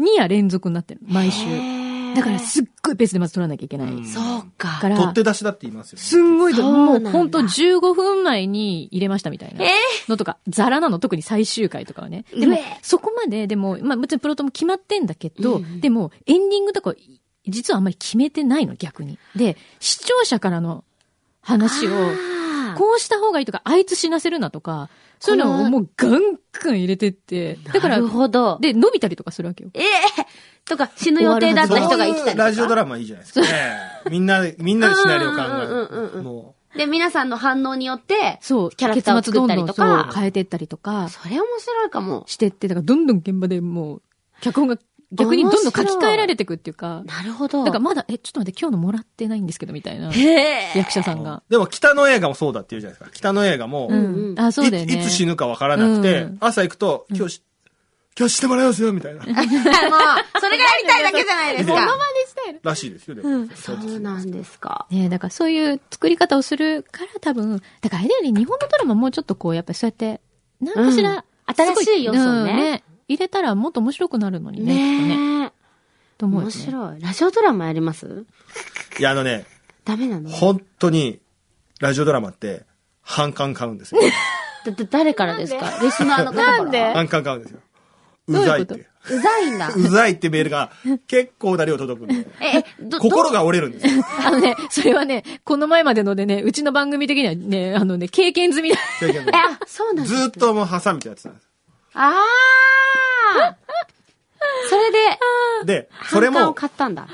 Speaker 1: 2夜連続になってるの毎週。
Speaker 2: へー
Speaker 1: だからすっごいペースでまず撮らなきゃいけない。
Speaker 6: うん
Speaker 2: そうか。
Speaker 1: から、
Speaker 6: 取って出しだって言いますよね。
Speaker 1: すんごいと、
Speaker 2: そう
Speaker 1: も
Speaker 2: な
Speaker 1: うん
Speaker 2: だ
Speaker 1: 本当15分前に入れましたみたいなのとか、ザラなの、特に最終回とかはね。でも
Speaker 2: うえ、
Speaker 1: そこまで、でも、まあ、別にプロットも決まってんだけど、でも、エンディングとか、実はあんまり決めてないの、逆に。で、視聴者からの話を、
Speaker 2: あー
Speaker 1: こうした方がいいとか、あいつ死なせるなとか、そういうのをもうガンガン入れてって、だから
Speaker 2: なる、ほど。
Speaker 1: で、伸びたりとかするわけよ。
Speaker 2: ええとか、死ぬ予定だった人が生き
Speaker 6: そうい
Speaker 2: た
Speaker 6: う
Speaker 2: り
Speaker 6: ラ
Speaker 2: と
Speaker 6: ジオ
Speaker 2: か。
Speaker 6: ドラマいいじゃないですかね。みんな、みんなでシナリオ
Speaker 2: うんうんうん
Speaker 6: 考え
Speaker 2: う
Speaker 6: る。
Speaker 2: ん
Speaker 6: も
Speaker 2: で、皆さんの反応によって、
Speaker 1: そう、
Speaker 2: キャラクターを作ったりと
Speaker 1: 結末どんどん
Speaker 2: か
Speaker 1: そう。変えてったりとか、
Speaker 2: それ面白いかも。
Speaker 1: してって、だからどんどん現場でもう、脚本が逆にどんどん書き換えられてくっていうか、
Speaker 2: なるほど。
Speaker 1: だからまだ、え、ちょっと待って、今日のもらってないんですけど、みたいな、
Speaker 2: へえ。
Speaker 1: 役者さん
Speaker 6: う
Speaker 1: が。。
Speaker 6: でも、北の映画もそうだって言うじゃないですか。北の映画も
Speaker 1: う、
Speaker 2: ん
Speaker 1: ん。あ、そうだよね。
Speaker 6: いいつ死ぬかわからなくて、
Speaker 1: うん
Speaker 6: 朝行くと、今日し、今日してもらいますよ、みたいな。
Speaker 2: も う、それがやりたいだけじゃないです
Speaker 6: その
Speaker 2: か
Speaker 6: ま。らしいですよ、でも。そうやって
Speaker 2: そうなんですか。
Speaker 1: ねえ、だからそういう作り方をするから多分、だからあれだよね、日本のドラマもうちょっとこう、やっぱりそうやって、なんかしら、
Speaker 2: うん新しい要素をね
Speaker 1: うん入れたらもっと面白くなるのにね、きっとね
Speaker 2: ねえ。
Speaker 1: と思うよ
Speaker 2: 面
Speaker 1: ね。
Speaker 2: 白い。ラジオドラマやります
Speaker 6: いや、あのね、
Speaker 2: ダメなのだ
Speaker 6: 本当に、ラジオドラマって、反感買うんですよ。
Speaker 2: だ誰からですかリスナーの方から。なんで
Speaker 6: 反感買うんですよ。う
Speaker 1: どういう
Speaker 6: ざいっ
Speaker 1: こと
Speaker 6: て。
Speaker 2: うざいんだ。
Speaker 6: うざいってメールが、結構な量届くんで、
Speaker 2: え、え、ど、
Speaker 6: 心
Speaker 2: が。
Speaker 6: が折れるんですよ。
Speaker 1: あのね、それはね、この前までのでね、うちの番組的にはね、あのね、経験済みだ。
Speaker 6: 経験
Speaker 2: え、
Speaker 6: 済
Speaker 2: あ、そうな
Speaker 6: み
Speaker 2: ん
Speaker 6: ず
Speaker 2: だ。
Speaker 6: ーっともうハサミってやつなんです。
Speaker 2: ああそれで、
Speaker 6: で、それ
Speaker 2: 反感を
Speaker 6: も、
Speaker 2: 買ったんだ。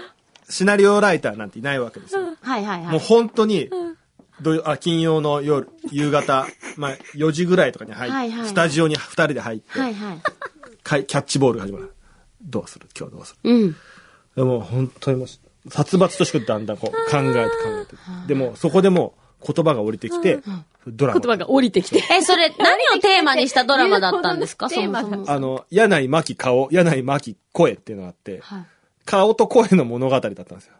Speaker 6: シナリオライターなんていないわけですよ。
Speaker 2: はいはいは
Speaker 6: もう
Speaker 2: い。
Speaker 6: 本当に、土曜あ金曜の夜、夕方、 まあ、4時ぐらいとかに入って、
Speaker 2: はいはいはい
Speaker 6: スタジオに2人で入って、
Speaker 2: はいはい。
Speaker 6: かいキャッチボールが始まる。どうする今日どうする
Speaker 2: うん。
Speaker 6: でも本当にもう殺伐としてだんだんこう考えて考えて。でもそこでもう言葉が降りてきて、ドラ マ。
Speaker 1: 言葉が降りてきて。
Speaker 2: え、それ、何をテーマにしたドラマだったんですかそ
Speaker 1: 言うほ
Speaker 2: も
Speaker 1: ど
Speaker 2: そ
Speaker 1: のテー
Speaker 2: も。
Speaker 6: あの、柳巻顔、柳巻声っていうのがあって、
Speaker 2: はい
Speaker 6: 顔と声の物語だったんですよ。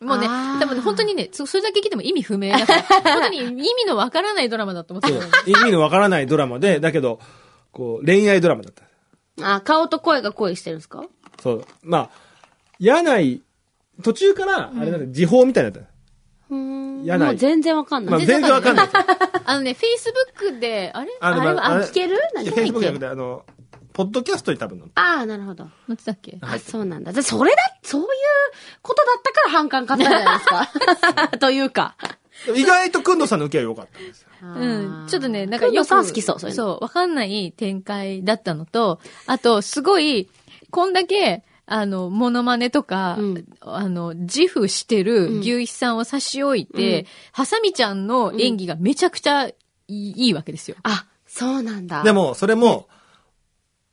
Speaker 1: もうね、
Speaker 2: あー
Speaker 1: 多分ね本当にね、そそれだけ聞いても意味不明だから、本当に意味のわからないドラマだと思って
Speaker 6: そう
Speaker 1: た。
Speaker 6: 意味のわからないドラマで、だけど、こう、恋愛ドラマだった。
Speaker 2: あ、顔と声が恋してるんですか
Speaker 6: そう。まあ、柳、途中から、あれだね、時報みたいになった。
Speaker 2: うーん。
Speaker 6: やない
Speaker 2: もう全然わかん
Speaker 6: ま
Speaker 2: な
Speaker 6: あ、
Speaker 2: い。
Speaker 6: 全然わかんない。
Speaker 1: あのね、Facebook で、あれ
Speaker 6: あ
Speaker 1: あ
Speaker 6: の
Speaker 1: れ
Speaker 6: ま
Speaker 1: は、
Speaker 6: あ
Speaker 1: あ
Speaker 6: れ
Speaker 1: 聞ける
Speaker 6: い
Speaker 1: 何
Speaker 6: や、
Speaker 1: 載
Speaker 6: Facebook じゃなくて、あの、ポッドキャストに多分載って
Speaker 2: ああ、なるほど。
Speaker 1: ってたっけ
Speaker 2: あ、そうなんだ。で、それだ、そういうことだったから反感買ったんじゃないです か。というか。
Speaker 6: る。意外と、くんどさんの受けは良かったんですよ。
Speaker 1: うん。ちょっとね、なんか
Speaker 2: くんど
Speaker 1: よく。
Speaker 2: さん好きそう、そういうの。
Speaker 1: そう、わかんない展開だったのと、あと、すごい、こんだけ、あの、モノマネとか、
Speaker 2: うん
Speaker 1: あの、自負してる牛一さんを差し置いて、ハサミちゃんの演技がめちゃくちゃいい,、いいわけですよ。
Speaker 2: あ、そうなんだ。
Speaker 6: でも、それも、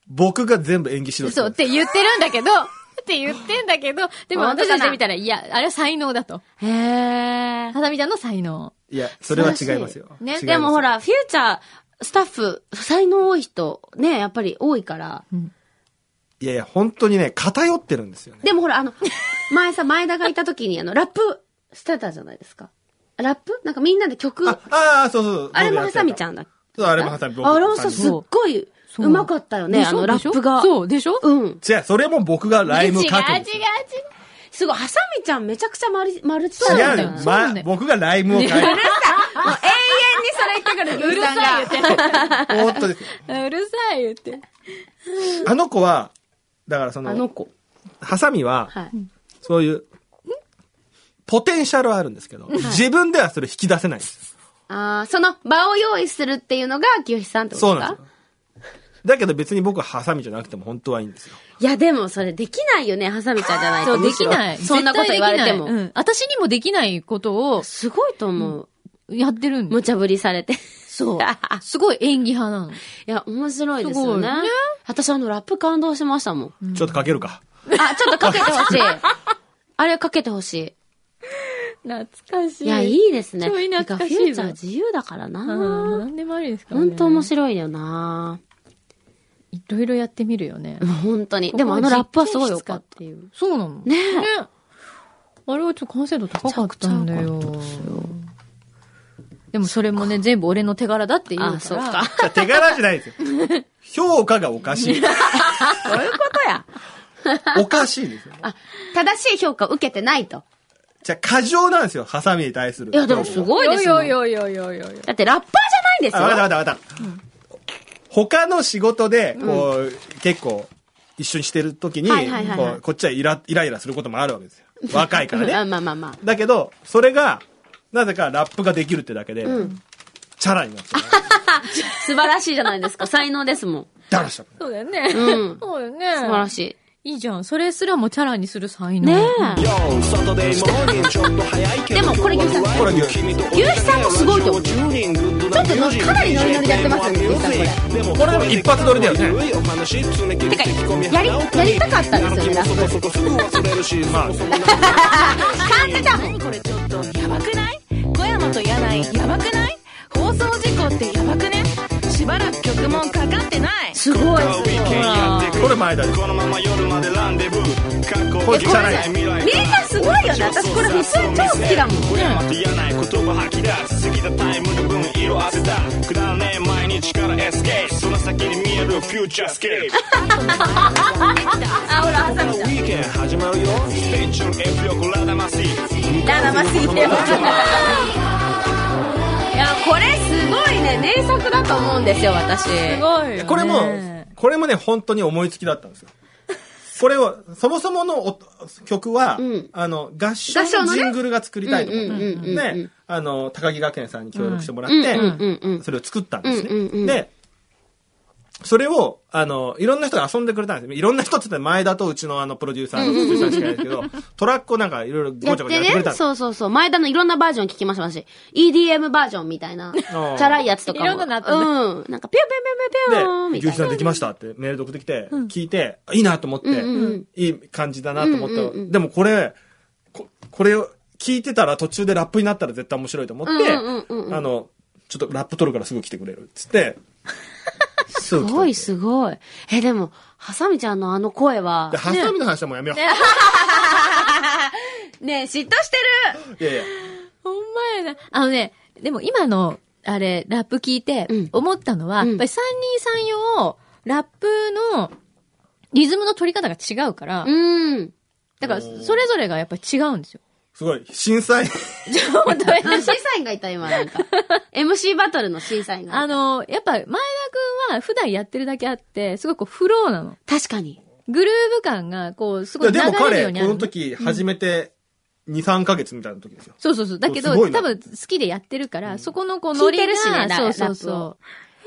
Speaker 6: 僕が全部演技指導して
Speaker 1: そう、
Speaker 6: る
Speaker 1: っ
Speaker 6: んで
Speaker 1: て
Speaker 6: す
Speaker 1: 言ってるんだけど、って言ってんだけど、でも
Speaker 2: 本当
Speaker 1: 私
Speaker 2: かな
Speaker 1: たちで見たら、いや、あれは才能だと。
Speaker 2: へえ
Speaker 1: ハ。サミちゃんの才能。
Speaker 6: いや、それは違いますよ。
Speaker 1: ね
Speaker 6: 違います
Speaker 2: でもほ、ら、フューチャー、スタッフ、才能多い人、ね、やっぱり多いから。
Speaker 6: いやいや、本当にね、偏ってるんですよね。
Speaker 2: でもほら、あの、前さ、前田がいた時に、あの、ラップしてたじゃないですか。ラップなんかみんなで曲、
Speaker 6: あ
Speaker 2: あ、
Speaker 6: あー、そうそうそう。
Speaker 2: れもハサミちゃ
Speaker 6: ん。
Speaker 2: んだっけ
Speaker 6: そう、あれもハサミ。僕
Speaker 2: あれもさ、
Speaker 6: ハサミ
Speaker 2: すっごい、
Speaker 1: そう
Speaker 2: うまかったよね、
Speaker 1: でしょ
Speaker 2: あの、ラ
Speaker 1: でしょ
Speaker 2: ップが。
Speaker 1: そう、でしょ
Speaker 2: うん。
Speaker 6: 違う、それも僕がライム書くんですよ。
Speaker 2: すごい、ハサミちゃんめちゃくちゃマルマルチ
Speaker 1: 違う違う違
Speaker 2: タ
Speaker 1: う
Speaker 2: レント
Speaker 1: そう
Speaker 2: な
Speaker 1: なんだよそうな
Speaker 2: の
Speaker 6: ま
Speaker 1: んだよ
Speaker 6: 僕がライムを書いて。
Speaker 2: もう永遠にそれ言ってくる、牛さんが。
Speaker 6: おーっとですよ。
Speaker 1: うるさい言って。
Speaker 6: あの子は、だからそ
Speaker 2: あの
Speaker 6: の、
Speaker 2: 子。
Speaker 6: ハサミは、
Speaker 2: はい。
Speaker 6: そういう、ポテンシャルはあるんですけど、自分ではそれ引き出せないんです。
Speaker 2: ああ、その場を用意するっていうのが、清志さんってこと
Speaker 6: そう
Speaker 2: です
Speaker 6: な
Speaker 2: か
Speaker 6: んですよ。だけど別に僕はハサミじゃなくても本当はいいんですよ。
Speaker 2: いや、でもそれできないよね、ハサミちゃんじゃない
Speaker 1: そ
Speaker 2: と。
Speaker 1: う、できない。
Speaker 2: そんなこと言われて
Speaker 1: 絶対できない
Speaker 2: も。
Speaker 1: うん私にもできないことを
Speaker 2: すごいと思う。
Speaker 1: やってるんで
Speaker 2: 無茶ぶりされて。
Speaker 1: そう。すごい演技派なの。
Speaker 2: いや、面白いですよね
Speaker 1: すごいね。
Speaker 2: 私あの、ラップ感動しましたもん。
Speaker 6: ちょっと書けるか。
Speaker 2: あ、ちょっとかけてほしい。 あれかけてほし
Speaker 1: 懐かし
Speaker 2: い。
Speaker 1: い。
Speaker 2: いや、いいです
Speaker 1: ち
Speaker 2: ね。
Speaker 1: ょい
Speaker 2: なん
Speaker 1: 懐
Speaker 2: か
Speaker 1: か
Speaker 2: フ
Speaker 1: しいぞ
Speaker 2: ューチャー自由だから
Speaker 1: う
Speaker 2: な。
Speaker 1: ん。何でもありですからね。
Speaker 2: 本当面白いよな。
Speaker 1: い。いろいろやってみるよね。
Speaker 2: 本当に。でもあのラップはすごいよかっ
Speaker 1: ここ
Speaker 2: た。
Speaker 1: 実験室っていう。そうなの。ね
Speaker 2: え
Speaker 1: あれはちょっと完成度高かったんだよ。でもそれもね、全部俺の手柄だって言うから。
Speaker 2: あ、そうか。。
Speaker 6: じゃあ手柄じゃないですよ。 評価がおかしい。
Speaker 2: そういうことや。
Speaker 6: おかしいですよ。
Speaker 2: あ、正しい評価を受けてないと。
Speaker 6: じゃあ過剰なんですよ、ハサミに対する。
Speaker 2: いや、でもす
Speaker 6: い。
Speaker 2: ごいです
Speaker 1: よ
Speaker 2: よ。
Speaker 1: よよよよよよ。
Speaker 2: だってラッパーじゃないんです
Speaker 6: あ、わかったわ
Speaker 2: よ。
Speaker 6: かったわかった。他の仕事で、こう、結構、一緒にしてる時に、
Speaker 2: はいはいはいはい
Speaker 6: こうこっちはイライライラすることもあるわけ ですよ。若いからね。
Speaker 2: あまあまあまあ。
Speaker 6: だけど、それが、なぜかラップができるってだけで、チャラになってね、
Speaker 2: 素晴らしいじゃないです か。才能ですもん。
Speaker 6: だらしちゃった。
Speaker 1: そうだよね。
Speaker 2: うん
Speaker 1: そうだよね。
Speaker 2: 素晴らしい。
Speaker 1: い。いいじゃん。それすらもチャラにする才能。
Speaker 2: ね
Speaker 1: うん
Speaker 2: え。でもこれ牛さん、
Speaker 6: これ牛さん
Speaker 2: 牛さんもすごいと思う。ちょっとのかなりノリノリでやってますよね、牛さんこれ。
Speaker 6: これでも一発撮りだよね。
Speaker 2: てか、やり、やりたかったんですよね、ラスボス。
Speaker 6: まあ、
Speaker 2: 感じたもん。
Speaker 7: これちょっとやばくない小山と柳井やばくない放送事故ってやばくねしばらく曲もかかってない
Speaker 2: すごい。ほら。
Speaker 6: これ前だよ。これチャラい。
Speaker 2: みんなすごいよね。私これ普通に超好きだもん。あ、ほら、挟むじゃん。ララマスイテマ。いや、これすごいね、名作だと思うんですよ、私。
Speaker 1: すごいよね。
Speaker 6: これも、これもね、本当に思いつきだったんですよ。これを、そもそものお曲は、
Speaker 2: ん
Speaker 6: あの、合唱
Speaker 2: 合唱
Speaker 6: の
Speaker 2: のね
Speaker 6: ジングルが作りたいと思った
Speaker 2: うんうんうんうん
Speaker 6: で、あの、高木学園さんに協力してもらっ
Speaker 2: うんうんうんう
Speaker 6: て、
Speaker 2: ん
Speaker 6: それを作ったんです
Speaker 2: うんうんう
Speaker 6: ね。
Speaker 2: ん
Speaker 6: で、それを、あの、いろんな人が遊んでくれたんですよ。いろんな人って言ったら前田とうちのあの、プロデューサーのプロデューサーしかいないですけど、トラックをなんかいろいろ
Speaker 2: やっ
Speaker 6: ごち
Speaker 2: て
Speaker 6: ゃごちゃやってくれ
Speaker 2: ね
Speaker 6: たん、ですよ
Speaker 2: そうそうそう。前田のいろんなバージョン聞きましたし、EDM バージョンみたいな、チ
Speaker 6: ー
Speaker 2: ャラいやつとかも。
Speaker 1: いろんなのあったね
Speaker 2: うん。なんか、ピュンピュンピュンピュンピュン
Speaker 6: で、
Speaker 2: みたい
Speaker 6: 牛肥さんできましたってメールで送ってきて、聞いて、いいなと思って、
Speaker 2: うんうんうん
Speaker 6: いい感じだなと思ったの、
Speaker 2: うんうんうん
Speaker 6: でもこれ、ここれを聞いてたら途中でラップになったら絶対面白いと思って、
Speaker 2: うんうんうんうん
Speaker 6: あの、ちょっとラップ取るからすぐ来てくれるっつって、す
Speaker 2: な。
Speaker 6: ぐ
Speaker 2: す
Speaker 6: 来
Speaker 2: ごい
Speaker 6: た
Speaker 2: すごい。え、でも、ハサミちゃんのあの声は
Speaker 6: で、、ハサミの話はもうやめよ
Speaker 2: ねえ、嫉妬してる
Speaker 6: う。いやいや。
Speaker 1: ほんまやな。あのね、でも今の、あれ、ラップ聞いて
Speaker 2: うん、
Speaker 1: 思ったのは、
Speaker 2: うん
Speaker 1: やっぱり三人三様、ラップの、リズムの取り方が違うから、
Speaker 2: うん。
Speaker 1: だから、それぞれがやっぱり違うんですよ。
Speaker 6: すごい、審査員。
Speaker 1: 本当に
Speaker 2: 審査員がいた、今、なん か。MC バトルの審査員が。
Speaker 1: あの、やっぱ前田くんは普段やってるだけあって、すごいこうフローなの。
Speaker 2: 確かに。
Speaker 1: グルーヴ感が、こう、す
Speaker 6: い
Speaker 1: ごい
Speaker 6: や
Speaker 1: 流
Speaker 6: でも
Speaker 1: れる
Speaker 6: 彼、
Speaker 1: よう
Speaker 6: こ
Speaker 1: にある
Speaker 6: の
Speaker 1: の。
Speaker 6: 時、初めて2、3ヶ月みたいな時ですよ。
Speaker 1: そうそうそう。だけど、
Speaker 6: すごいな
Speaker 1: 多分好きでやってるから、そこのこうノリが
Speaker 2: 聞いてるしねラ
Speaker 1: そうそうそ
Speaker 2: ラッ
Speaker 1: う。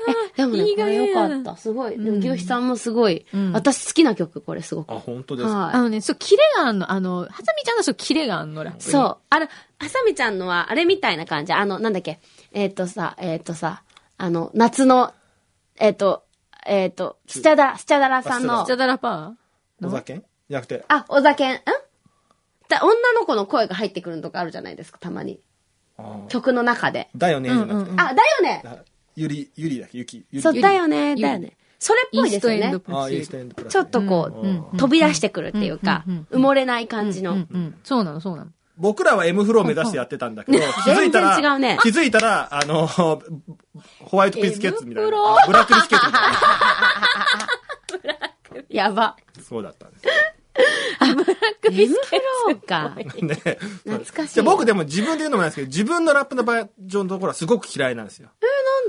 Speaker 2: え、でもね、
Speaker 1: いい
Speaker 2: こ
Speaker 1: が
Speaker 2: れ
Speaker 1: ゆえ
Speaker 2: よ
Speaker 1: や
Speaker 2: か
Speaker 1: な
Speaker 2: った。すごい。でも、牛肥さんもすごい。
Speaker 1: うん
Speaker 2: 私好きな曲、これ、すごく。
Speaker 6: あ、本当ですか。
Speaker 2: はい
Speaker 1: あ。のね、そう、キレがあんの、あの、はさみちゃんがそう、キレがあんの、ラップに。
Speaker 2: そう。あの、あさみちゃんのは、あれみたいな感じ。あの、なんだっけ。えっ、とさ、えっ、とさ、あの、夏の、えっ、と、えっ、と、スチャダ、スチャダラさんの
Speaker 1: スチ、ャダラパ
Speaker 6: お酒じゃなくて、
Speaker 2: あ、お酒、んだ女の子の声が入ってくるのとかあるじゃないですか、たまに。曲の中で。
Speaker 6: だよね、じゃなくて。
Speaker 2: あ、だよね
Speaker 6: あゆり、ゆりだっけゆき、ゆり。
Speaker 2: そう、だよね
Speaker 1: ゆり
Speaker 2: だよね。それっ
Speaker 1: ーイ
Speaker 2: ぽ
Speaker 1: ー
Speaker 2: いで
Speaker 1: ス
Speaker 2: す
Speaker 1: ト
Speaker 2: よ
Speaker 1: エンド
Speaker 2: ね。
Speaker 1: プロ
Speaker 6: イー
Speaker 1: シ
Speaker 6: ストエンドプラス
Speaker 2: ちょっとこう、飛び出してくるっていうか、埋もれない感じの。
Speaker 1: うんうん。そうなの、そうなの。
Speaker 6: 僕らは M フロー目指してやってたんだけど、気づいた
Speaker 2: 全然違
Speaker 6: ら、
Speaker 2: うね
Speaker 6: 気づいたら、あの、ホワイトピースケッツみたい
Speaker 1: M
Speaker 6: な
Speaker 1: フロ。
Speaker 6: ブラックビスケッツみたいな。
Speaker 2: やば。
Speaker 6: そうだったんで
Speaker 2: エ ムフローか。
Speaker 6: す。ね。
Speaker 2: 懐かしい
Speaker 6: で僕でも自分で言うのもなんですけど、自分のラップのバージョンのところはすごく嫌いなんですよ。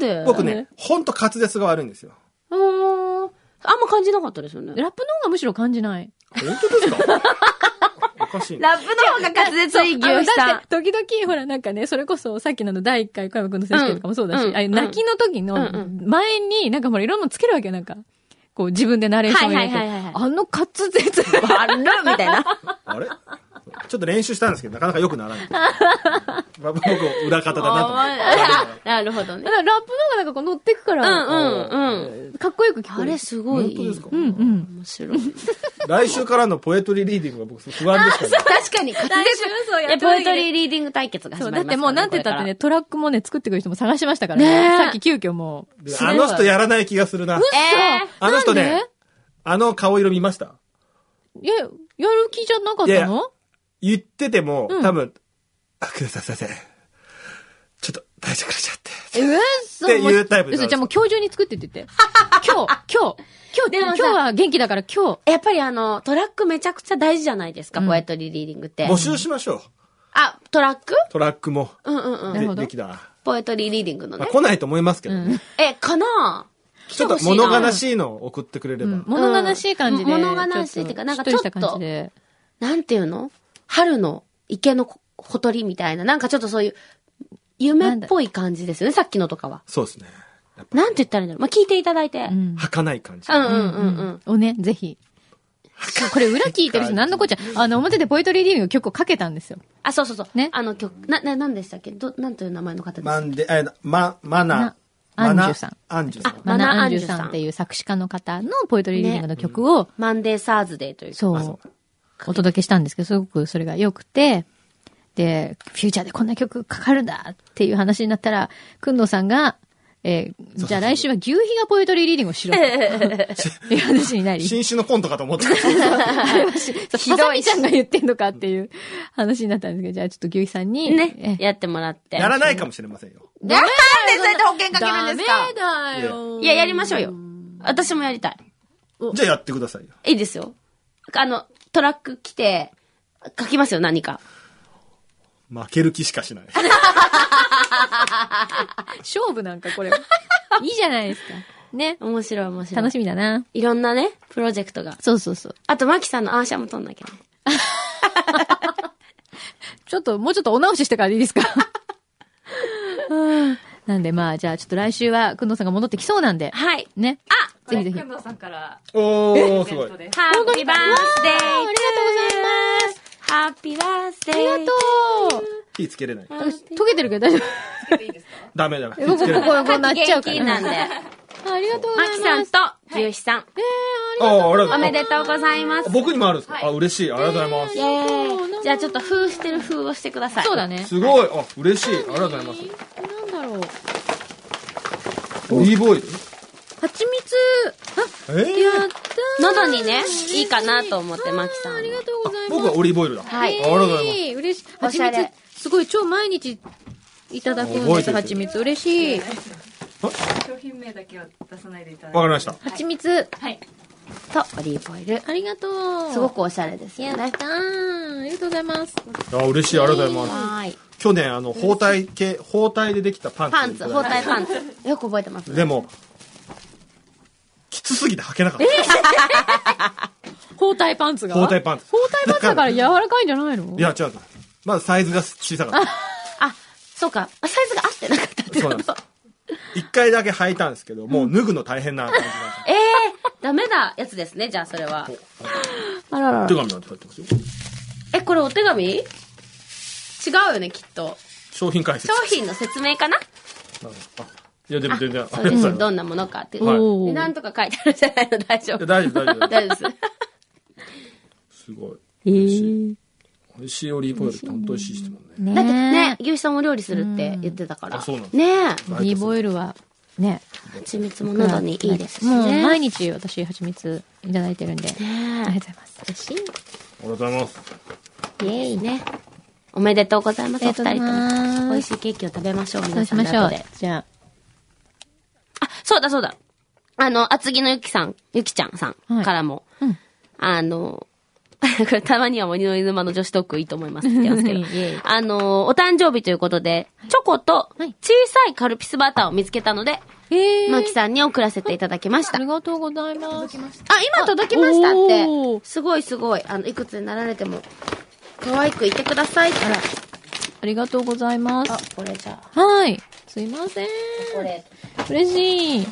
Speaker 2: なんで
Speaker 6: 僕ね、ほんと滑舌が悪いんですよ。
Speaker 2: うーん。あんま感じなかったですよね。
Speaker 1: ラップの方がむしろ感じない。
Speaker 6: 本当ですかおかしいな。
Speaker 2: ラップの方が滑舌いい牛
Speaker 1: あの
Speaker 2: 肥さ
Speaker 1: だ
Speaker 2: ん
Speaker 1: っ。て、時々、ほら、なんかね、それこそ、さっきのあの第1回、小山くんの選手権とかもそうだし、
Speaker 2: うん
Speaker 1: あれ、
Speaker 2: うん
Speaker 1: 泣きの時の前に、なんかほら、いろんなのつけるわけよ、なんか。こう、自分でナレーションを入れて。
Speaker 2: はいはいはいはい
Speaker 1: あの滑 舌は、
Speaker 2: あるみた いな。
Speaker 6: あれちょっと練習したんですけど、なかなか良くならない。まあ僕、裏方だなと思って。
Speaker 2: なるほど
Speaker 1: だ
Speaker 2: ね。
Speaker 1: からラップの方がなんかこう乗ってくか
Speaker 2: う
Speaker 1: ら、
Speaker 2: んうんうん。
Speaker 1: かっこよく聞こ
Speaker 2: あ
Speaker 1: える。
Speaker 2: れすごい。
Speaker 6: 本当ですか
Speaker 2: うん
Speaker 1: うん。
Speaker 2: 面白い。
Speaker 6: 来週からのポエトリーリーディングが僕不安でしたね。
Speaker 2: 確 かに。滑
Speaker 1: 週そうやっ
Speaker 2: え、
Speaker 1: と
Speaker 2: ポエトリーリーディング対決が
Speaker 1: そ
Speaker 2: 始
Speaker 1: う、
Speaker 2: ま
Speaker 1: だって
Speaker 2: りますからね
Speaker 1: もうなんて言ったってね、。トラックもね、作ってくる人も探しましたからね。
Speaker 2: ねえ
Speaker 1: さっき急遽もう。
Speaker 6: あの人やらない気がするな。
Speaker 2: これからえ
Speaker 6: あの人
Speaker 1: なん
Speaker 6: ね
Speaker 1: で、
Speaker 6: あの顔色見ました
Speaker 1: いや、やる気じゃなかっ
Speaker 6: いやい
Speaker 1: た
Speaker 6: や
Speaker 1: の
Speaker 6: 言ってても、多分、あ、くさん先生、ちょっと体調崩しちゃって。
Speaker 1: えー、そ
Speaker 6: っていうタイプです
Speaker 1: 嘘じゃあもう今日中に作ってって言って。今日、今日、今日、
Speaker 2: でも
Speaker 1: 今
Speaker 2: さ
Speaker 1: 日は元気だから今日。
Speaker 2: えやっぱりあの、トラックめちゃくちゃ大事じゃないですか、
Speaker 1: うん
Speaker 2: ポエトリーリーディングって
Speaker 6: 募。集しましょう。
Speaker 2: あ、トラック
Speaker 6: トラックも。
Speaker 2: うんうんうん。
Speaker 1: なるほど
Speaker 6: でできた。
Speaker 2: ポエトリーリーディングの
Speaker 6: まあ、
Speaker 2: ね。
Speaker 6: 来ないと思いますけどね。
Speaker 2: え、かな
Speaker 6: ちょっと物悲
Speaker 2: い。
Speaker 6: しいのを送ってくれれば。
Speaker 1: 物悲しい感じで。
Speaker 2: うん物悲しいっていうかなんかちょっと
Speaker 1: しりした感じで。
Speaker 2: なんていうの春の池のほとりみたいな、なんかちょっとそういう、夢っぽい感じですよね、さっきのとかは。
Speaker 6: そうですね。やっぱ、
Speaker 2: なんて言ったらいいんだろう。まあ、聞いていただいて。
Speaker 1: うん
Speaker 6: 儚い感じ。
Speaker 2: うんうんうんうん。
Speaker 1: をね、ぜ ひ。これ裏聞いてる人なんのこっちゃ、あの、表でポエトリーリーディング曲をかけたんですよ。
Speaker 2: あ、そうそうそう。
Speaker 1: ね
Speaker 2: あの曲、な、な、なんでしたっけど、なんという名前の方です
Speaker 6: マ
Speaker 2: か
Speaker 6: ンデ、え、ま、マナ、
Speaker 1: マナ
Speaker 6: マナ
Speaker 1: アンジュさん。
Speaker 6: アンジュさん。
Speaker 1: マ
Speaker 2: マナ
Speaker 1: ナ・アンジュ
Speaker 2: アンジュ
Speaker 1: さ
Speaker 2: さ
Speaker 1: ん
Speaker 2: ん
Speaker 1: っていう作詞家の方のポエトリーリーディングの曲を、
Speaker 2: マンデーサーズデーという。
Speaker 1: そう、お届けしたんですけど、すごくそれが良くて、で、フューチャーでこんな曲かかるんだっていう話になったら、くんのさんが、えーじゃあ来週は牛皮がポエトリーリーディングをしろと。いう話に なり。
Speaker 6: 新種のコントか と思って
Speaker 1: ひどい。ちゃんが言ってんのかっていう話になったんですけど、じゃあちょっと牛皮さんに。
Speaker 2: ね、
Speaker 1: え
Speaker 2: やってもらって。
Speaker 6: やらないかもしれませんよ。
Speaker 2: なんで
Speaker 7: そうやって保険かけるんですか
Speaker 1: ダメだよ。
Speaker 2: いや、やりましょうよ。私もやりたい。
Speaker 6: じゃあやってくださいよ。
Speaker 2: いいですよ。あの、トラック来て、書きますよ、何か。
Speaker 6: 負ける気しか しない。
Speaker 1: 勝負なんかこれ。いいじゃないですか。ね。
Speaker 2: 面白い、面白い。
Speaker 1: 楽しみだな。
Speaker 2: いろんなね、プロジェクトが。
Speaker 1: そうそうそう。
Speaker 2: あと、マキさんのアーシャも撮んなきゃね。
Speaker 1: ちょっと、もうちょっとお直ししてからでいいです かうんなんでまあ、じゃあちょっと来週は、くんどうさんが戻ってきそうなんで。
Speaker 2: はい。
Speaker 1: ね。あぜひぜひ。あ
Speaker 7: くんどうさんから
Speaker 6: おー、す ごい。
Speaker 2: ハッピ
Speaker 1: あり
Speaker 2: ーバースデー
Speaker 1: がとうございます。
Speaker 2: ハッピーバースデー
Speaker 1: ありがとう。
Speaker 6: 火つけれない。
Speaker 1: 私、溶けてるけど大丈
Speaker 6: ダメダメ。火
Speaker 1: 夫。ここ、
Speaker 6: つけ
Speaker 1: ここ、
Speaker 6: れない。
Speaker 1: ここなっちゃう
Speaker 2: 元
Speaker 1: か
Speaker 2: 気
Speaker 1: ら。
Speaker 2: なんで。
Speaker 1: ありがとうござ
Speaker 2: マ
Speaker 1: います。
Speaker 2: キさんと、牛飛さん。
Speaker 6: ああ、ありがとうござ
Speaker 2: お
Speaker 6: いま
Speaker 2: め
Speaker 6: す。
Speaker 2: でとうございます。
Speaker 6: 僕にもあるんですかあ、嬉しい。ありがとうございま
Speaker 2: イ
Speaker 6: す。
Speaker 2: ェーイ。じゃあちょっと封してる封をしてください。
Speaker 1: そうだ。ね。
Speaker 6: すごい。あ、嬉しい。ありがとうございます。
Speaker 1: なんだろう。
Speaker 6: オリーブオイル
Speaker 1: 蜂蜜、あ、
Speaker 6: えー
Speaker 1: やったー
Speaker 2: 喉にねいいかなと思って
Speaker 1: 嬉しい
Speaker 2: マキさん
Speaker 1: ありがとうございます。
Speaker 6: 僕はオリーブオイルだ。
Speaker 2: はい
Speaker 6: ありがとうございます。
Speaker 1: い。嬉しい。
Speaker 2: お
Speaker 1: 蜂
Speaker 2: しゃれ
Speaker 1: 蜜、すごい、超毎日いただくんで
Speaker 6: 覚えて
Speaker 1: す、
Speaker 6: る
Speaker 1: 蜂蜜。嬉しい。
Speaker 7: 商品名だけは出さないでいただいて
Speaker 6: わかりました。
Speaker 1: 蜂蜜、
Speaker 7: はい
Speaker 2: と、オリーブオイル。
Speaker 1: ありがとう。
Speaker 2: すごくおしゃれです
Speaker 1: や
Speaker 2: よ
Speaker 1: っ
Speaker 2: ね。
Speaker 1: たー。ありがとうございます。
Speaker 6: あ、嬉しい。ありがとうございます。
Speaker 2: はーい。
Speaker 6: 去年、あの、包帯系、包帯でできたパンツ。
Speaker 2: パンツ、包帯パンツ。よく覚えてますね。
Speaker 6: でも、きつすぎて履けなかった。
Speaker 1: 包帯パンツが
Speaker 6: 包帯パンツ。
Speaker 1: 包帯パンツだから柔らかいんじゃないの
Speaker 6: いや、違う違う。まだサイズが小さかった。
Speaker 2: あ、そうか。サイズが合ってなかったって
Speaker 6: そう
Speaker 2: こ
Speaker 6: なんです
Speaker 2: と。
Speaker 6: 一回だけ履いたんですけど、もう脱ぐの大変な感じなんです
Speaker 2: ええー、ダメなやつですね、じゃあそれは。あらら
Speaker 6: よ。手紙なんて書いてますよ。
Speaker 2: え、これお手紙違うよね、きっと。
Speaker 6: 商品解説
Speaker 2: 商。品の説明かな
Speaker 6: あいや、でも全然、あ
Speaker 2: そう
Speaker 6: りがとう
Speaker 2: で
Speaker 6: ござい
Speaker 2: す。
Speaker 6: ま
Speaker 2: どんなものかっていう。
Speaker 6: はい
Speaker 1: おー
Speaker 2: でなんとか書いてあるじゃないの、大丈
Speaker 6: す。いや
Speaker 2: 夫。
Speaker 6: 大丈夫、大 丈
Speaker 2: 大丈夫です。
Speaker 6: 夫。すごい。
Speaker 1: えー。
Speaker 6: 美味しいオリーブオイルって本当美味しいですもんね。
Speaker 1: ね
Speaker 2: だってね、牛さんも料理するって言ってたから。
Speaker 6: あそうなんだ
Speaker 2: ねえ、
Speaker 1: オリーブオイルは、ね。
Speaker 2: 蜂蜜も喉にいいですしね。
Speaker 1: もう毎日私蜂蜜いただいてるんで。ありがとうございます。嬉しい。
Speaker 6: ありがとうございます。
Speaker 2: イエイね。おめでとうございます、お
Speaker 1: あ
Speaker 2: 二
Speaker 1: りがとうござい
Speaker 2: 人と
Speaker 1: ます
Speaker 2: も。美味しいケーキを食べましょう、
Speaker 1: そう
Speaker 2: 皆
Speaker 1: し
Speaker 2: さん
Speaker 1: ま
Speaker 2: で
Speaker 1: しょ
Speaker 2: 後
Speaker 1: う
Speaker 2: で。。
Speaker 1: じゃ
Speaker 2: あ、そうだそうだ。あの、厚木のゆきさん、ゆきちゃんさ
Speaker 1: は
Speaker 2: ん
Speaker 1: い
Speaker 2: からも、
Speaker 1: うん
Speaker 2: あの、 これたまには森の犬間の女子トークいいと 思いますって言ってます
Speaker 1: いえい
Speaker 2: け
Speaker 1: え
Speaker 2: ど、あの、お誕生日ということで、チョコと
Speaker 1: はい
Speaker 2: 小さいカルピスバターを見つけたので、
Speaker 1: あ。え
Speaker 2: まきさんに送らせていただきまし
Speaker 1: あ
Speaker 2: た。あ
Speaker 1: り、がとうございます。
Speaker 2: 今届きました
Speaker 1: お
Speaker 2: っ
Speaker 1: ー
Speaker 2: て。すごいすごい。あの、いくつになられても、可愛くいてください。あら、
Speaker 1: ありがとうございま
Speaker 2: あ
Speaker 1: す。、
Speaker 2: これじゃあ、
Speaker 1: はい。すいません。
Speaker 2: これ。
Speaker 1: 嬉しい。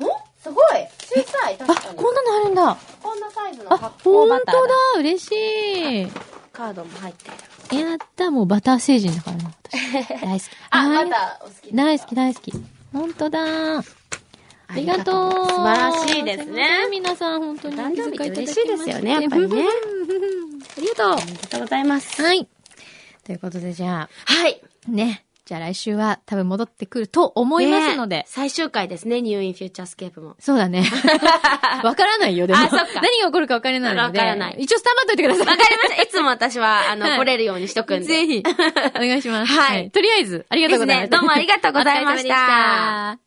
Speaker 2: おすごい小さい、
Speaker 1: あ
Speaker 2: 確か、に。
Speaker 1: こんなのあるんだ。
Speaker 2: こんなサイズの
Speaker 1: あ、
Speaker 2: 発
Speaker 1: ほ
Speaker 2: 酵
Speaker 1: ん
Speaker 2: バ
Speaker 1: と
Speaker 2: タ
Speaker 1: だ
Speaker 2: ーだ。。
Speaker 1: 嬉しい。
Speaker 2: カードも入ってる。
Speaker 1: やった、もうバター成人だ からな、私。大好き。はい
Speaker 2: ターお好き
Speaker 1: 大好き、大好き。ほんとだ。ありがとう。
Speaker 2: 素晴らしいですね。
Speaker 1: すいません皆さん、本当にお気遣いいただきまして。
Speaker 2: 誕生日って嬉しいですよねやっぱりね
Speaker 1: ありがと
Speaker 2: おめでとうございます。
Speaker 1: う。はい。ということで、じゃあ、
Speaker 2: はい。
Speaker 1: ね。じゃあ来週は多分戻ってくると思いますので。
Speaker 2: ね最終回ですね、ニューインフューチャースケープも。
Speaker 1: そうだ ね。わからないよ、でも。
Speaker 2: あそっか
Speaker 1: 何が起こるかわからないので。
Speaker 2: わからない
Speaker 1: 一応スタンバっといてください。
Speaker 2: わかりました。いつも私は、あの、
Speaker 1: はい
Speaker 2: 来れるようにしとくんで。
Speaker 1: ぜひ、お願いします。
Speaker 2: はい
Speaker 1: とりあえず、ありがとうございました。
Speaker 2: ですねどうもありがとうございました
Speaker 1: お疲れ様でした